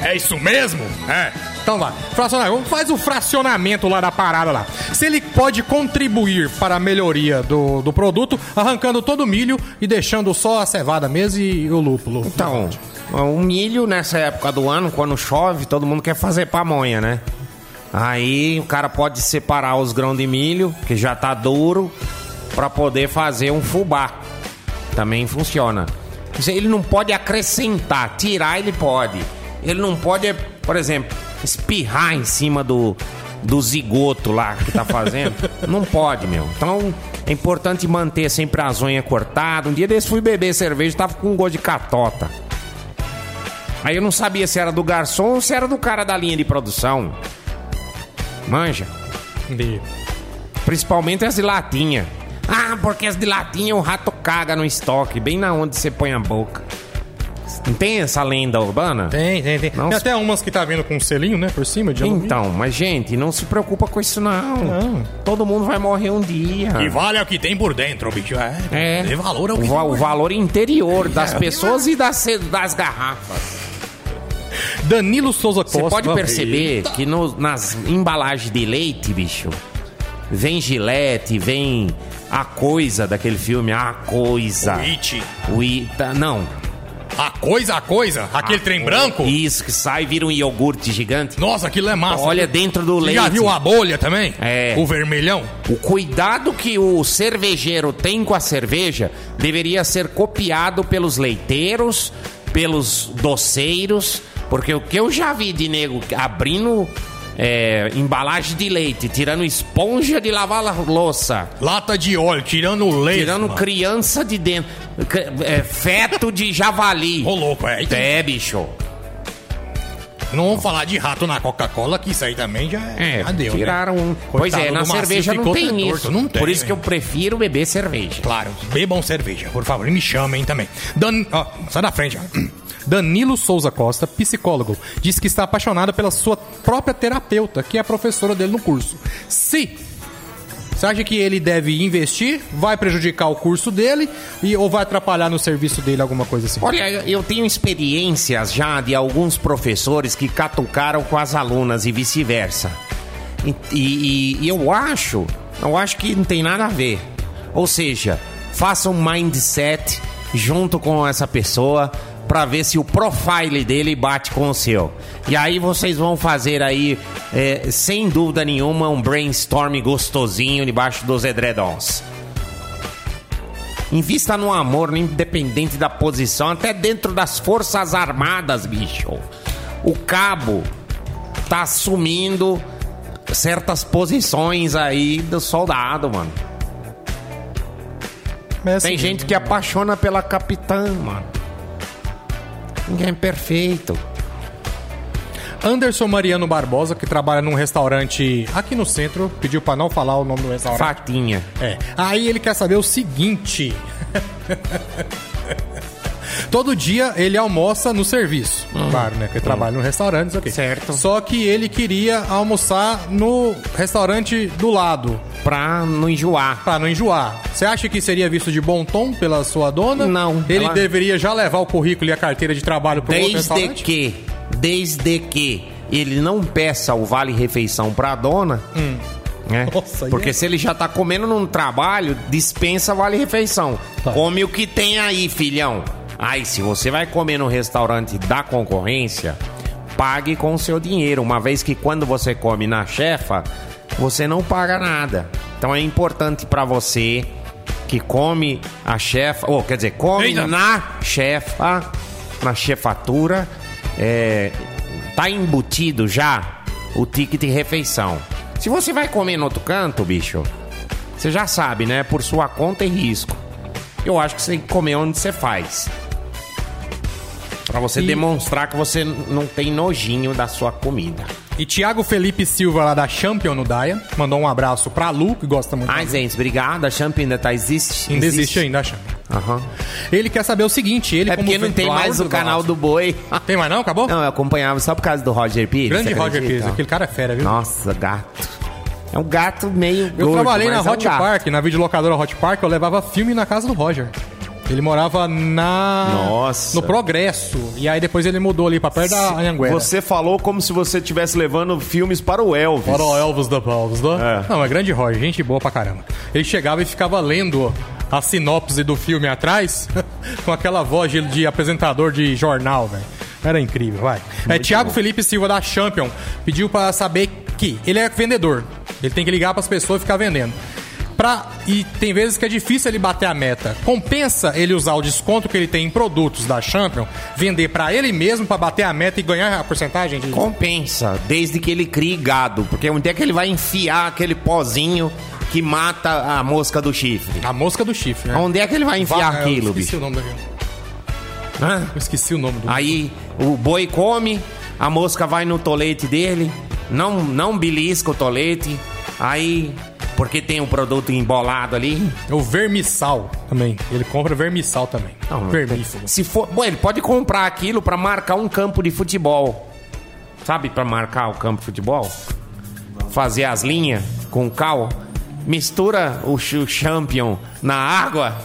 Speaker 3: É isso mesmo? É.
Speaker 11: Então vai. Fracionamento. Faz o fracionamento lá da parada lá. Se ele pode contribuir para a melhoria do, do produto, arrancando todo o milho e deixando só a cevada mesmo e o lúpulo.
Speaker 5: Então, o milho nessa época do ano, quando chove, todo mundo quer fazer pamonha, né? Aí o cara pode separar os grãos de milho, que já tá duro, pra poder fazer um fubá. Também funciona. Ele não pode acrescentar, tirar ele pode. Ele não pode, é, por exemplo, espirrar em cima do, do zigoto lá que tá fazendo. não pode, meu. Então é importante manter sempre as unhas cortadas. Um dia desse fui beber cerveja, tava com um gosto de catota. Aí eu não sabia se era do garçom ou se era do cara da linha de produção. Manja. Principalmente as de latinha. Ah, porque as de latinha o rato caga no estoque, bem na onde você põe a boca. Não tem essa lenda urbana?
Speaker 11: Tem, tem, tem.
Speaker 5: Nossa.
Speaker 11: Tem até umas que tá vindo com um selinho, né? Por cima de alumínio.
Speaker 5: Então, mas gente, não se preocupa com isso não. Todo mundo vai morrer um dia.
Speaker 3: E vale é o que tem por dentro, bicho. É.
Speaker 5: É.
Speaker 3: Tem valor ao
Speaker 5: o,
Speaker 3: que
Speaker 5: va-
Speaker 3: tem
Speaker 5: o
Speaker 3: por
Speaker 5: valor interior das pessoas e das, das garrafas.
Speaker 11: Danilo Souza Costa.
Speaker 5: Você pode
Speaker 11: vamos.
Speaker 5: perceber que no- nas embalagens de leite, bicho, vem gilete, vem a coisa daquele filme, a coisa.
Speaker 3: dentro. It.
Speaker 5: O Ita, não.
Speaker 3: A coisa, a coisa. Aquele
Speaker 5: Ah,
Speaker 3: trem branco.
Speaker 5: Isso, que sai, vira um iogurte gigante.
Speaker 3: Nossa, aquilo é massa.
Speaker 5: Olha dentro do
Speaker 3: Você
Speaker 5: leite.
Speaker 3: já viu a bolha também?
Speaker 5: É.
Speaker 3: O vermelhão?
Speaker 5: O cuidado que o cervejeiro tem com a cerveja deveria ser copiado pelos leiteiros, pelos doceiros, porque o que eu já vi de nego abrindo é, embalagem de leite, tirando esponja de lavar la- louça,
Speaker 3: Lata de óleo, tirando o leite.
Speaker 5: tirando
Speaker 3: mano.
Speaker 5: criança de dentro, cri- é, feto de javali.
Speaker 3: Ô, louco, é.
Speaker 5: É, bicho.
Speaker 3: Não vamos falar de rato na Coca-Cola, que isso aí também já é.
Speaker 5: É,
Speaker 3: já deu, né?
Speaker 5: tiraram um. Pois
Speaker 3: Coitado
Speaker 5: é, na
Speaker 3: do macio
Speaker 5: cerveja não
Speaker 3: ficou
Speaker 5: tem
Speaker 3: torto,
Speaker 5: isso.
Speaker 3: Não tem, né?
Speaker 5: Por isso que eu
Speaker 3: hein?
Speaker 5: prefiro beber cerveja.
Speaker 3: Claro, bebam cerveja, por favor. E me chamem também. Dan... ó, sai da frente, ó.
Speaker 11: Danilo Souza Costa, psicólogo, diz que está apaixonado pela sua própria terapeuta, que é a professora dele no curso. Se você acha que ele deve investir, vai prejudicar o curso dele e ou vai atrapalhar no serviço dele alguma coisa assim?
Speaker 5: Olha, eu- eu tenho experiências já de alguns professores que catucaram com as alunas e vice-versa. E, e- e eu acho, eu acho que não tem nada a ver. Ou seja, faça um mindset junto com essa pessoa pra ver se o profile dele bate com o seu. E aí vocês vão fazer aí, é, sem dúvida nenhuma, um brainstorm gostosinho debaixo dos edredons. Invista no amor, independente da posição, até dentro das forças armadas, bicho. O cabo tá assumindo certas posições aí do soldado, mano.
Speaker 11: Mas,
Speaker 5: Tem
Speaker 11: assim,
Speaker 5: gente que apaixona pela capitã, mano. Ninguém é perfeito.
Speaker 11: Anderson Mariano Barbosa, que trabalha num restaurante aqui no centro, pediu pra não falar o nome do restaurante.
Speaker 5: Fatinha.
Speaker 11: É. Aí ele quer saber o seguinte. Todo dia ele almoça no serviço. Claro, né? Porque ele trabalha no restaurante, isso aqui.
Speaker 5: Hum. Certo.
Speaker 11: Só que ele queria almoçar no restaurante do lado,
Speaker 5: Pra não enjoar.
Speaker 11: pra não enjoar. Você acha que seria visto de bom tom pela sua dona?
Speaker 5: Não.
Speaker 11: Ele
Speaker 5: Ela-
Speaker 11: deveria já levar o currículo e a carteira de trabalho pro outro
Speaker 5: Desde
Speaker 11: restaurante?
Speaker 5: que, desde que ele não peça o vale refeição pra dona, né?
Speaker 11: Hum. Nossa,
Speaker 5: Porque
Speaker 11: e é?
Speaker 5: se ele já tá comendo num trabalho, dispensa vale refeição.
Speaker 11: Tá.
Speaker 5: Come o que tem aí, filhão. Aí, se você vai comer no restaurante da concorrência, pague com o seu dinheiro, uma vez que quando você come na chefa, você não paga nada. Então é importante pra você que come a chefa, ou quer dizer, come
Speaker 3: Eita.
Speaker 5: na chefa, na chefatura, é, tá embutido já o ticket de refeição. Se você vai comer no outro canto, bicho, você já sabe, né? Por sua conta e risco. Eu acho que você tem que comer onde você faz. Pra você demonstrar que você n- não tem nojinho da sua comida.
Speaker 11: E Thiago Felipe Silva, lá da Champion no Daia, mandou um abraço pra Lu, que gosta muito.
Speaker 5: Ai, gente, obrigado. A champ ainda tá Ah, existe?
Speaker 11: Ainda existe ainda a Champion. Ele quer saber o seguinte, ele
Speaker 5: É
Speaker 11: como
Speaker 5: porque não tem
Speaker 11: ventriloquista
Speaker 5: mais o
Speaker 11: do
Speaker 5: canal
Speaker 11: Galápagos-
Speaker 5: do Boi.
Speaker 11: Tem mais não? Acabou?
Speaker 5: Não, eu acompanhava só por causa do Roger Pires.
Speaker 11: Grande
Speaker 5: você
Speaker 11: Roger
Speaker 5: acredita?
Speaker 11: Pires, aquele cara é fera, viu?
Speaker 5: Nossa, gato. É um gato meio
Speaker 11: Eu
Speaker 5: gordo,
Speaker 11: trabalhei na
Speaker 5: mas é um
Speaker 11: Hot
Speaker 5: gato.
Speaker 11: Park, na videolocadora Hot Park, eu levava filme na casa do Roger. Ele morava na.
Speaker 2: Nossa.
Speaker 11: No Progresso. E aí depois ele mudou ali pra perto da Anhanguera.
Speaker 2: Você falou como se você estivesse levando filmes para o Elvis.
Speaker 11: Fora o Elvis da Palmas, né?
Speaker 2: É.
Speaker 11: Não, é grande Roger, gente boa pra caramba. Ele chegava e ficava lendo a sinopse do filme atrás, com aquela voz de, de apresentador de jornal, velho. Era incrível, vai. é Thiago Felipe Silva da Champion pediu pra saber que ele é vendedor. Ele tem que ligar pras pessoas e ficar vendendo. Pra, e tem vezes que é difícil ele bater a meta. Compensa ele usar o desconto que ele tem em produtos da Champion, vender pra ele mesmo pra bater a meta e ganhar a porcentagem? De...
Speaker 5: Compensa, desde que ele crie gado. Porque onde é que ele vai enfiar aquele pozinho que mata a mosca do chifre?
Speaker 11: A mosca do chifre, né?
Speaker 5: Onde é que ele vai enfiar
Speaker 11: Vaca,
Speaker 5: aquilo,
Speaker 11: eu esqueci
Speaker 5: bicho?
Speaker 11: o nome daquele.
Speaker 5: Hã?
Speaker 11: Eu esqueci o nome do.
Speaker 5: Aí o boi come, a mosca vai no tolete dele, não, não belisca o tolete, aí. Porque tem um produto embolado ali.
Speaker 11: É o vermissal também. Ele compra vermissal também.
Speaker 5: Não, não
Speaker 11: Vermífugo.
Speaker 5: Se for, bom, ele pode comprar aquilo pra marcar um campo de futebol. Sabe pra marcar o campo de futebol? Fazer as linhas com cal, mistura o, ch- o champion na água,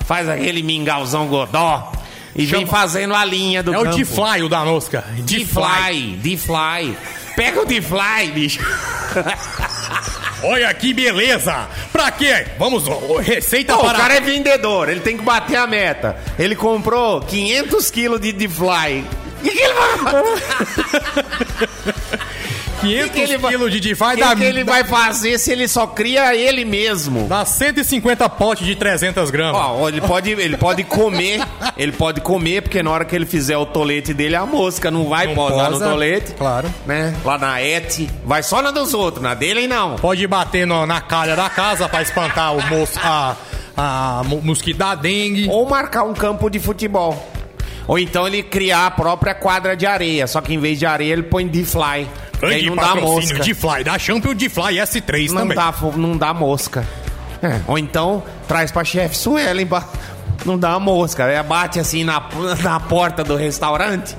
Speaker 5: faz aquele mingauzão godó e vem fazendo a linha do
Speaker 11: É o
Speaker 5: campo.
Speaker 11: D-Fly, o da mosca.
Speaker 5: D-Fly, D-Fly. Pega o D-Fly, bicho.
Speaker 11: Ah,
Speaker 3: Olha que beleza! Pra quê? Vamos, ó, receita
Speaker 5: Pô, o
Speaker 3: para...
Speaker 5: cara é vendedor, ele tem que bater a meta. Ele comprou 500 quilos de D-Fly. O que, que ele vai fazer?
Speaker 11: 500
Speaker 5: que ele vai-
Speaker 11: quilos de
Speaker 5: O
Speaker 11: D-Fly
Speaker 5: que,
Speaker 11: dá,
Speaker 5: que ele
Speaker 11: dá,
Speaker 5: vai fazer se ele só cria ele mesmo?
Speaker 11: dá 150 potes de 300 gramas.
Speaker 5: Ó, ele pode, ele pode comer, ele pode comer, porque na hora que ele fizer o tolete dele, a mosca não vai
Speaker 11: Não
Speaker 5: posar
Speaker 11: posa,
Speaker 5: no tolete,
Speaker 11: Claro.
Speaker 5: né? Lá na ET, vai só na dos outros, na dele não.
Speaker 11: Pode bater no- na calha da casa pra espantar o mos, a, a mo- mosquito da dengue.
Speaker 5: Ou marcar um campo de futebol. Ou então ele criar a própria quadra de areia, só que em vez de areia ele põe de fly. que Aí
Speaker 3: Grande
Speaker 5: não dá
Speaker 3: patrocínio
Speaker 5: mosca.
Speaker 3: de Fly, da Champion de Fly S3
Speaker 5: Não
Speaker 3: também.
Speaker 5: dá, fo- não dá mosca. É, Ou então, traz pra chefe Suelen. ba- Não dá mosca. Ela bate assim na, na porta do restaurante.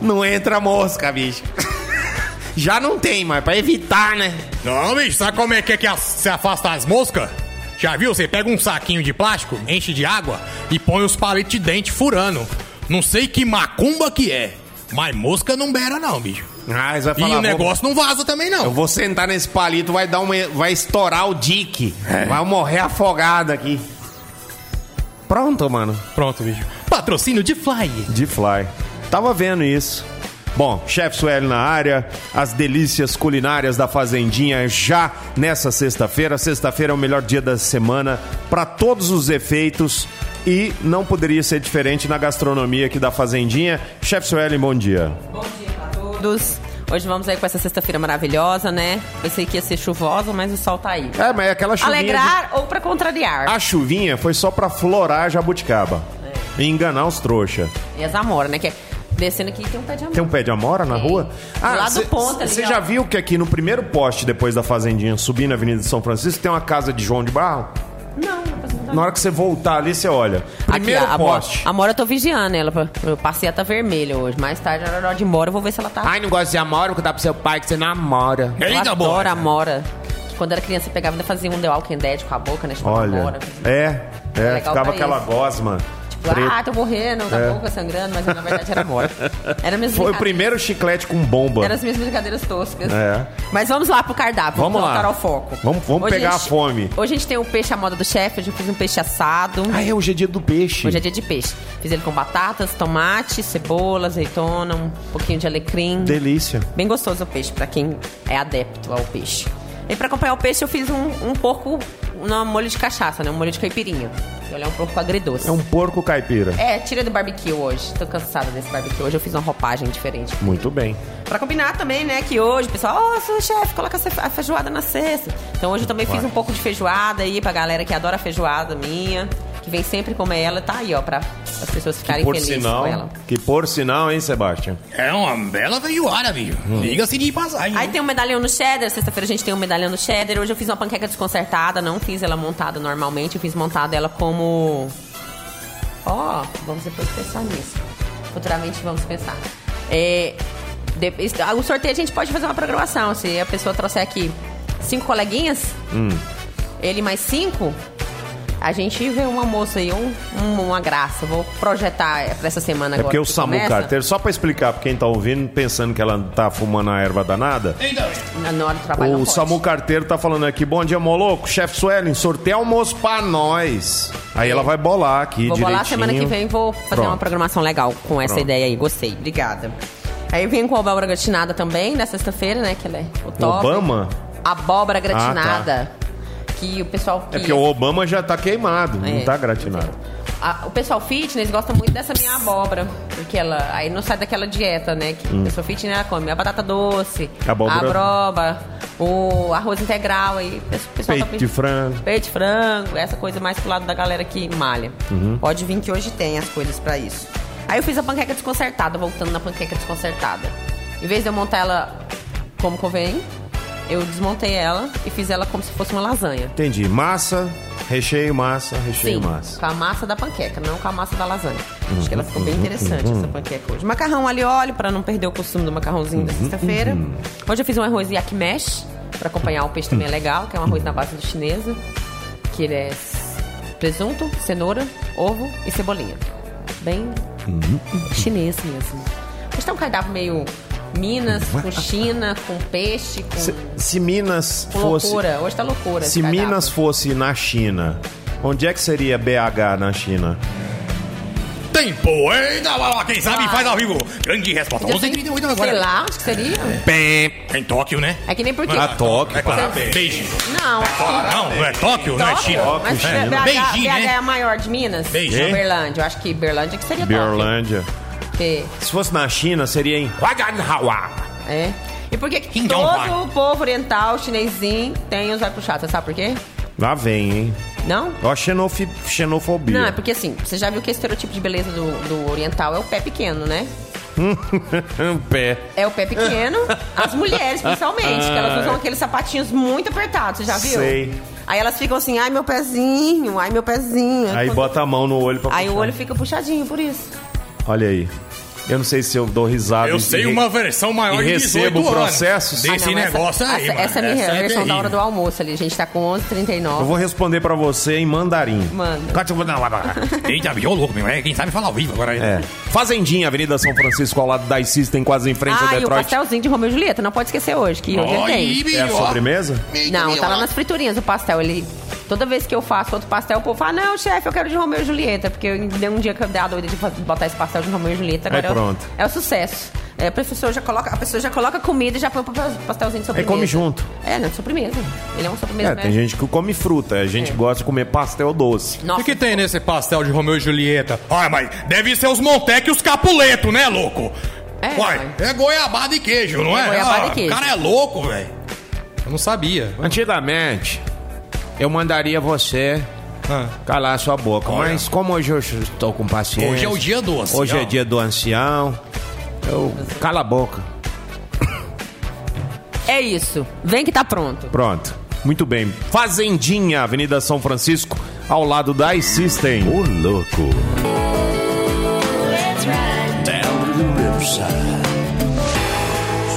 Speaker 5: Não entra mosca, bicho. Já não tem, mas pra evitar, né?
Speaker 3: Não, bicho, sabe como é que, é que as- se afasta as moscas? Já viu? Você pega um saquinho de plástico, enche de água e põe os palitos de dente furando. Não sei que macumba que é, mas mosca não beira não, bicho.
Speaker 5: Ah, você vai
Speaker 3: E
Speaker 5: falar,
Speaker 3: o negócio não vaza também
Speaker 5: Vou, eu
Speaker 3: não.
Speaker 5: vou sentar nesse palito, vai dar uma, vai estourar o dique. Vai morrer afogado aqui. Pronto, mano.
Speaker 11: Pronto, bicho.
Speaker 3: Patrocínio de Fly.
Speaker 2: De fly. Tava vendo isso. Bom, chefe Sueli na área, as delícias culinárias da Fazendinha já nessa sexta-feira. Sexta-feira é o melhor dia da semana para todos os efeitos e não poderia ser diferente na gastronomia aqui da Fazendinha. Chefe Sueli, bom dia.
Speaker 1: todos. Hoje vamos aí com essa sexta-feira maravilhosa, né? Pensei que ia ser chuvosa, mas o sol tá aí.
Speaker 2: É, mas é aquela chuvinha. de- Ah.
Speaker 1: Alegrar ou pra contrariar.
Speaker 2: A chuvinha foi só pra florar a jabuticaba e enganar os trouxa.
Speaker 1: E as amoras, né? Que é- descendo aqui tem um pé de amora.
Speaker 2: Tem um pé de amora na
Speaker 1: Tem.
Speaker 2: rua? Ah,
Speaker 1: Lá do
Speaker 2: cê-
Speaker 1: ponto ali,
Speaker 2: Você
Speaker 1: ó.
Speaker 2: já viu que aqui no primeiro poste, depois da Fazendinha, subindo a Avenida de São Francisco, tem uma casa de João de Barro?
Speaker 1: Não, não precisa não.
Speaker 2: Na hora que você voltar ali, você olha.
Speaker 1: Aqui,
Speaker 2: Primeiro
Speaker 1: ó, a Mora-
Speaker 2: poste.
Speaker 1: a Mora eu tô vigiando ela. pra- Eu passei ela tá vermelha hoje. Mais tarde, na hora de ir embora, eu vou ver se ela tá.
Speaker 5: Ai, não gosta de amora, porque dá pro seu pai que você namora.
Speaker 1: eu
Speaker 3: Eita,
Speaker 1: adoro
Speaker 3: boa.
Speaker 1: a Mora. Que Quando era criança, eu pegava e ainda fazia um The Walking Dead com a boca, né? Chamava
Speaker 2: Olha.
Speaker 1: Amora.
Speaker 2: É, é,
Speaker 1: Tá Legal
Speaker 2: ficava
Speaker 1: pra
Speaker 2: aquela
Speaker 1: isso.
Speaker 2: gosma.
Speaker 1: Tipo,
Speaker 2: preta.
Speaker 1: ah, tô morrendo, da boca sangrando, mas na verdade era Mora. Era mesmo.
Speaker 2: É. Foi o primeiro chiclete com bomba.
Speaker 1: Eram as minhas brincadeiras toscas.
Speaker 2: É.
Speaker 1: Mas vamos lá pro cardápio.
Speaker 2: Vamos lá.
Speaker 1: voltar ao foco.
Speaker 2: Vamos- vamos pegar a fome.
Speaker 1: Hoje a gente tem o peixe à moda do chefe. Hoje eu fiz um peixe assado.
Speaker 2: Ah, é, hoje é dia do peixe.
Speaker 1: Hoje é dia de peixe. Fiz ele com batatas, tomate, cebola, azeitona, um pouquinho de alecrim.
Speaker 2: Delícia.
Speaker 1: Bem gostoso o peixe, pra quem é adepto ao peixe. E pra acompanhar o peixe, eu fiz um, um porco no molho de cachaça, né? Um molho de caipirinha. Ele é um porco agridoce.
Speaker 2: É um porco caipira.
Speaker 1: É, tira do barbecue hoje. Tô cansada desse barbecue. Hoje eu fiz uma roupagem diferente.
Speaker 2: Muito bem.
Speaker 1: Pra combinar também, né, que hoje o pessoal, ó, seu chefe, coloca essa fe- a feijoada na cesta. Então hoje eu também fiz um pouco de feijoada aí pra galera que adora feijoada minha, que vem sempre comer ela, tá aí, ó, pra as pessoas ficarem
Speaker 2: Por
Speaker 1: felizes
Speaker 2: sinal,
Speaker 1: com ela.
Speaker 2: que por sinal, hein, Sebastião?
Speaker 3: É uma bela feijoada, bicho.
Speaker 5: Hum.
Speaker 3: Liga-se de passagem.
Speaker 1: Aí tem um medalhão no cheddar, sexta-feira a gente tem um medalhão no cheddar. Hoje eu fiz uma panqueca desconcertada, não fiz ela montada normalmente, eu fiz montada ela como Ó, vamos depois pensar nisso. Futuramente vamos pensar. É, de- isso- ah, o sorteio a gente pode fazer uma programação. Se a pessoa trouxer aqui cinco coleguinhas,
Speaker 2: Hum.
Speaker 1: ele mais cinco, a gente vê um almoço aí, um, um- uma graça. Vou projetar é, pra essa semana
Speaker 2: É
Speaker 1: agora.
Speaker 2: porque o
Speaker 1: que
Speaker 2: Samu
Speaker 1: começa.
Speaker 2: Carteiro, só pra explicar pra quem tá ouvindo, pensando que ela tá fumando a erva danada,
Speaker 1: Na- Na hora do trabalho. não
Speaker 2: o
Speaker 1: pode.
Speaker 2: Samu Carteiro tá falando aqui, bom dia, moloco, chefe Suelen, sorteia almoço pra nós. Aí ela vai bolar aqui
Speaker 1: Vou
Speaker 2: direitinho.
Speaker 1: bolar semana que vem, vou fazer
Speaker 2: Pronto.
Speaker 1: uma programação legal com essa
Speaker 2: Pronto.
Speaker 1: ideia aí. Gostei, obrigada. Aí vem com a abóbora gratinada também, na sexta-feira, né? Que ela é o top.
Speaker 2: Obama? Ah, tá.
Speaker 1: Abóbora gratinada. Que o pessoal. Que
Speaker 2: É porque o Obama já tá queimado,
Speaker 1: É.
Speaker 2: não tá gratinado.
Speaker 1: a- o pessoal fitness gosta muito dessa minha abóbora. Porque ela. Aí não sai daquela dieta, né? Que
Speaker 2: Hum.
Speaker 1: a pessoa fitness ela come a batata doce,
Speaker 2: Abóbora.
Speaker 1: a abóbora, o arroz integral. Aí o pessoal tá
Speaker 2: Peito de
Speaker 1: pedindo-
Speaker 2: frango.
Speaker 1: Peito de frango, essa coisa mais pro lado da galera que malha.
Speaker 2: Uhum.
Speaker 1: Pode vir que hoje tem as coisas pra isso. Aí eu fiz a panqueca desconcertada, voltando na panqueca desconcertada. Em vez de eu montar ela como convém, eu desmontei ela e fiz ela como se fosse uma lasanha.
Speaker 2: Entendi. Massa, recheio, massa, recheio, massa.
Speaker 1: com a massa da panqueca, não com a massa da lasanha. Acho que ela ficou bem
Speaker 2: Uhum,
Speaker 1: interessante,
Speaker 2: uhum.
Speaker 1: essa panqueca hoje. Macarrão alho e óleo, pra não perder o costume do macarrãozinho
Speaker 2: Uhum,
Speaker 1: da sexta-feira. Hoje eu fiz um arroz yakimesh, pra acompanhar o peixe também é legal, que é um arroz na base do chinesa. Que ele é s- presunto, cenoura, ovo e cebolinha. Bem
Speaker 2: Uhum.
Speaker 1: chinês mesmo. Hoje tá um cardápio meio Minas, com China, com peixe, com,
Speaker 2: Se, se Minas
Speaker 1: com
Speaker 2: fosse.
Speaker 1: loucura. Hoje tá loucura esse
Speaker 2: Se
Speaker 1: cardápio.
Speaker 2: Minas fosse na China, onde é que seria BH na China?
Speaker 3: Tempo, ainda lá, lá, quem sabe faz ao vivo. Grande resposta.
Speaker 1: Eu tenho-
Speaker 3: 11h38
Speaker 1: Ah. Sei
Speaker 3: agora.
Speaker 1: lá, onde que seria?
Speaker 3: Bem, em Tóquio, né?
Speaker 1: É que nem porque...
Speaker 2: tá
Speaker 3: Ah, Tóquio,
Speaker 1: É
Speaker 3: parabéns. Beijing.
Speaker 1: Não,
Speaker 3: Não, não é Tóquio, não é China.
Speaker 1: Mas
Speaker 3: É.
Speaker 1: BH,
Speaker 3: Beijing,
Speaker 1: BH é
Speaker 3: né?
Speaker 1: a maior de Minas?
Speaker 2: Beijing.
Speaker 1: Não, Berlândia. Eu acho que Berlândia que seria top.
Speaker 2: Berlândia.
Speaker 1: Porque,
Speaker 2: Se fosse na China, seria em Huaganhawa.
Speaker 1: é. E por que que
Speaker 2: Dongguan.
Speaker 1: todo o povo oriental chinesinho tem os olhos puxados? Sabe por quê?
Speaker 2: Lá vem, hein?
Speaker 1: Não?
Speaker 2: Ó, a xenofi- xenofobia.
Speaker 1: Não, é porque assim, você já viu que o estereotipo de beleza do, do oriental é o pé pequeno, né?
Speaker 2: Um pé.
Speaker 1: É o pé pequeno, as mulheres principalmente, que elas usam
Speaker 2: Ai.
Speaker 1: aqueles sapatinhos muito apertados, você já viu?
Speaker 2: Ah. Sei.
Speaker 1: Aí elas ficam assim, ai meu pezinho, ai meu pezinho.
Speaker 2: Aí bota a mão no olho pra
Speaker 1: Aí o
Speaker 2: puxar.
Speaker 1: olho fica puxadinho por isso.
Speaker 2: Olha aí. Eu não sei se eu dou risada.
Speaker 3: Eu
Speaker 2: e-
Speaker 3: sei
Speaker 2: e-
Speaker 3: uma versão maior
Speaker 2: e
Speaker 3: de 18
Speaker 2: recebo
Speaker 3: anos.
Speaker 2: processos
Speaker 3: Desse
Speaker 1: Ah, não,
Speaker 3: negócio
Speaker 1: essa,
Speaker 3: aí,
Speaker 1: essa,
Speaker 3: mano.
Speaker 1: essa é a
Speaker 3: Essa
Speaker 1: minha
Speaker 3: é
Speaker 1: versão da
Speaker 3: terrível.
Speaker 1: hora do almoço ali. A gente tá com 11h39.
Speaker 2: Eu vou responder pra você em mandarim.
Speaker 1: Manda.
Speaker 3: Eita, viu, louco, meu. É, quem sabe fala ao vivo agora.
Speaker 2: É. Fazendinha, Avenida São Francisco, ao lado da System, quase em frente
Speaker 1: Ah,
Speaker 2: a
Speaker 1: e o
Speaker 2: Detroit.
Speaker 1: pastelzinho de Romeu e Julieta. Não pode esquecer hoje, que hoje é
Speaker 2: é a sobremesa?
Speaker 1: Não, tá lá nas friturinhas o pastel. Ele, toda vez que eu faço outro pastel, o povo fala, não, chefe, eu quero de Romeu e Julieta. Porque eu dei um dia que eu dei a doida de fa- botar esse pastel de Romeu e Julieta. Agora
Speaker 2: Aí pronto.
Speaker 1: É, o, é o sucesso. É, a, pessoa já coloca, a pessoa já coloca comida e já põe o papel- pastelzinho de
Speaker 2: Aí
Speaker 1: sobremesa.
Speaker 2: come junto.
Speaker 1: É, não, sobremesa. Ele é um sobremesa.
Speaker 2: É,
Speaker 1: né?
Speaker 2: tem gente que come fruta, a gente
Speaker 1: É.
Speaker 2: gosta de comer pastel doce.
Speaker 1: Nossa.
Speaker 3: O que tem nesse pastel de Romeu e Julieta? Olha, mas deve ser os Montec e os Capuleto, né, louco?
Speaker 1: É,
Speaker 3: Uai, é goiabada e queijo, não é?
Speaker 1: É goiabada
Speaker 3: Ah,
Speaker 1: e queijo.
Speaker 3: O cara é louco, velho. Eu não sabia.
Speaker 5: Antigamente, eu mandaria você
Speaker 3: Ah.
Speaker 5: calar sua boca.
Speaker 3: Olha.
Speaker 5: Mas como hoje eu estou com paciência...
Speaker 3: Hoje é o dia do ancião.
Speaker 5: Hoje é dia do ancião. Eu... Cala a boca.
Speaker 1: É isso. Vem que tá pronto.
Speaker 2: Pronto. Muito bem. Fazendinha, Avenida São Francisco, ao lado da iSystem. O louco.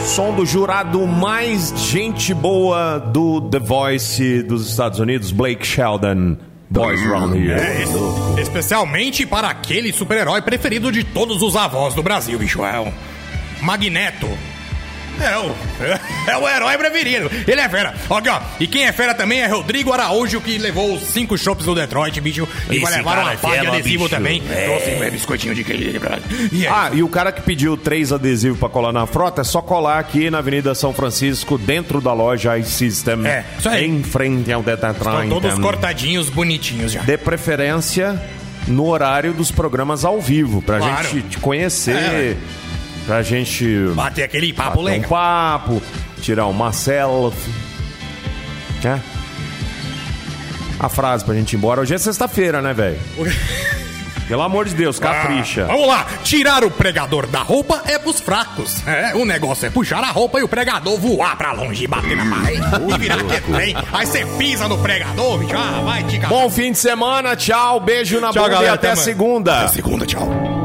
Speaker 2: Som do jurado mais gente boa do The Voice dos Estados Unidos, Blake Sheldon. Boys Round Here.
Speaker 3: É, es- especialmente para aquele super-herói preferido de todos os avós do Brasil, bicho. É o Magneto. É o, é o herói preferido. Ele é fera. Aqui, ó. E quem é fera também é Rodrigo Araújo, que levou os cinco chopps do Detroit, bicho. E vai
Speaker 2: Esse
Speaker 3: levar
Speaker 2: cara
Speaker 3: uma
Speaker 2: é
Speaker 3: pá de
Speaker 2: fera,
Speaker 3: adesivo
Speaker 2: bicho.
Speaker 3: também.
Speaker 2: É.
Speaker 3: Trouxe é, biscoitinho de queijo.
Speaker 2: Ah, e o cara que pediu três adesivos pra colar na frota é só colar aqui na Avenida São Francisco, dentro da loja iSystem.
Speaker 3: É, isso aí.
Speaker 2: Em frente ao Detatran.
Speaker 3: Estão todos cortadinhos, bonitinhos já.
Speaker 2: De preferência no horário dos programas ao vivo, pra
Speaker 3: Claro.
Speaker 2: gente te conhecer,
Speaker 3: É.
Speaker 2: pra gente.
Speaker 3: Bater aquele papo
Speaker 2: bater um
Speaker 3: legal.
Speaker 2: papo, tirar uma selfie. É. A frase pra gente ir embora. Hoje é sexta-feira, né, velho? né, Pelo amor de Deus, capricha.
Speaker 3: Ah, vamos lá, tirar o pregador da roupa é pros fracos. É, o negócio é puxar a roupa e o pregador voar pra longe e bater na parede e virar refém. Aí você pisa no pregador, bicho. Ah, vai, diga.
Speaker 2: Bom fim de semana, tchau, beijo na
Speaker 3: Tchau,
Speaker 2: bunda
Speaker 3: galera,
Speaker 2: e até,
Speaker 3: até amanhã.
Speaker 2: segunda.
Speaker 3: Segunda, tchau.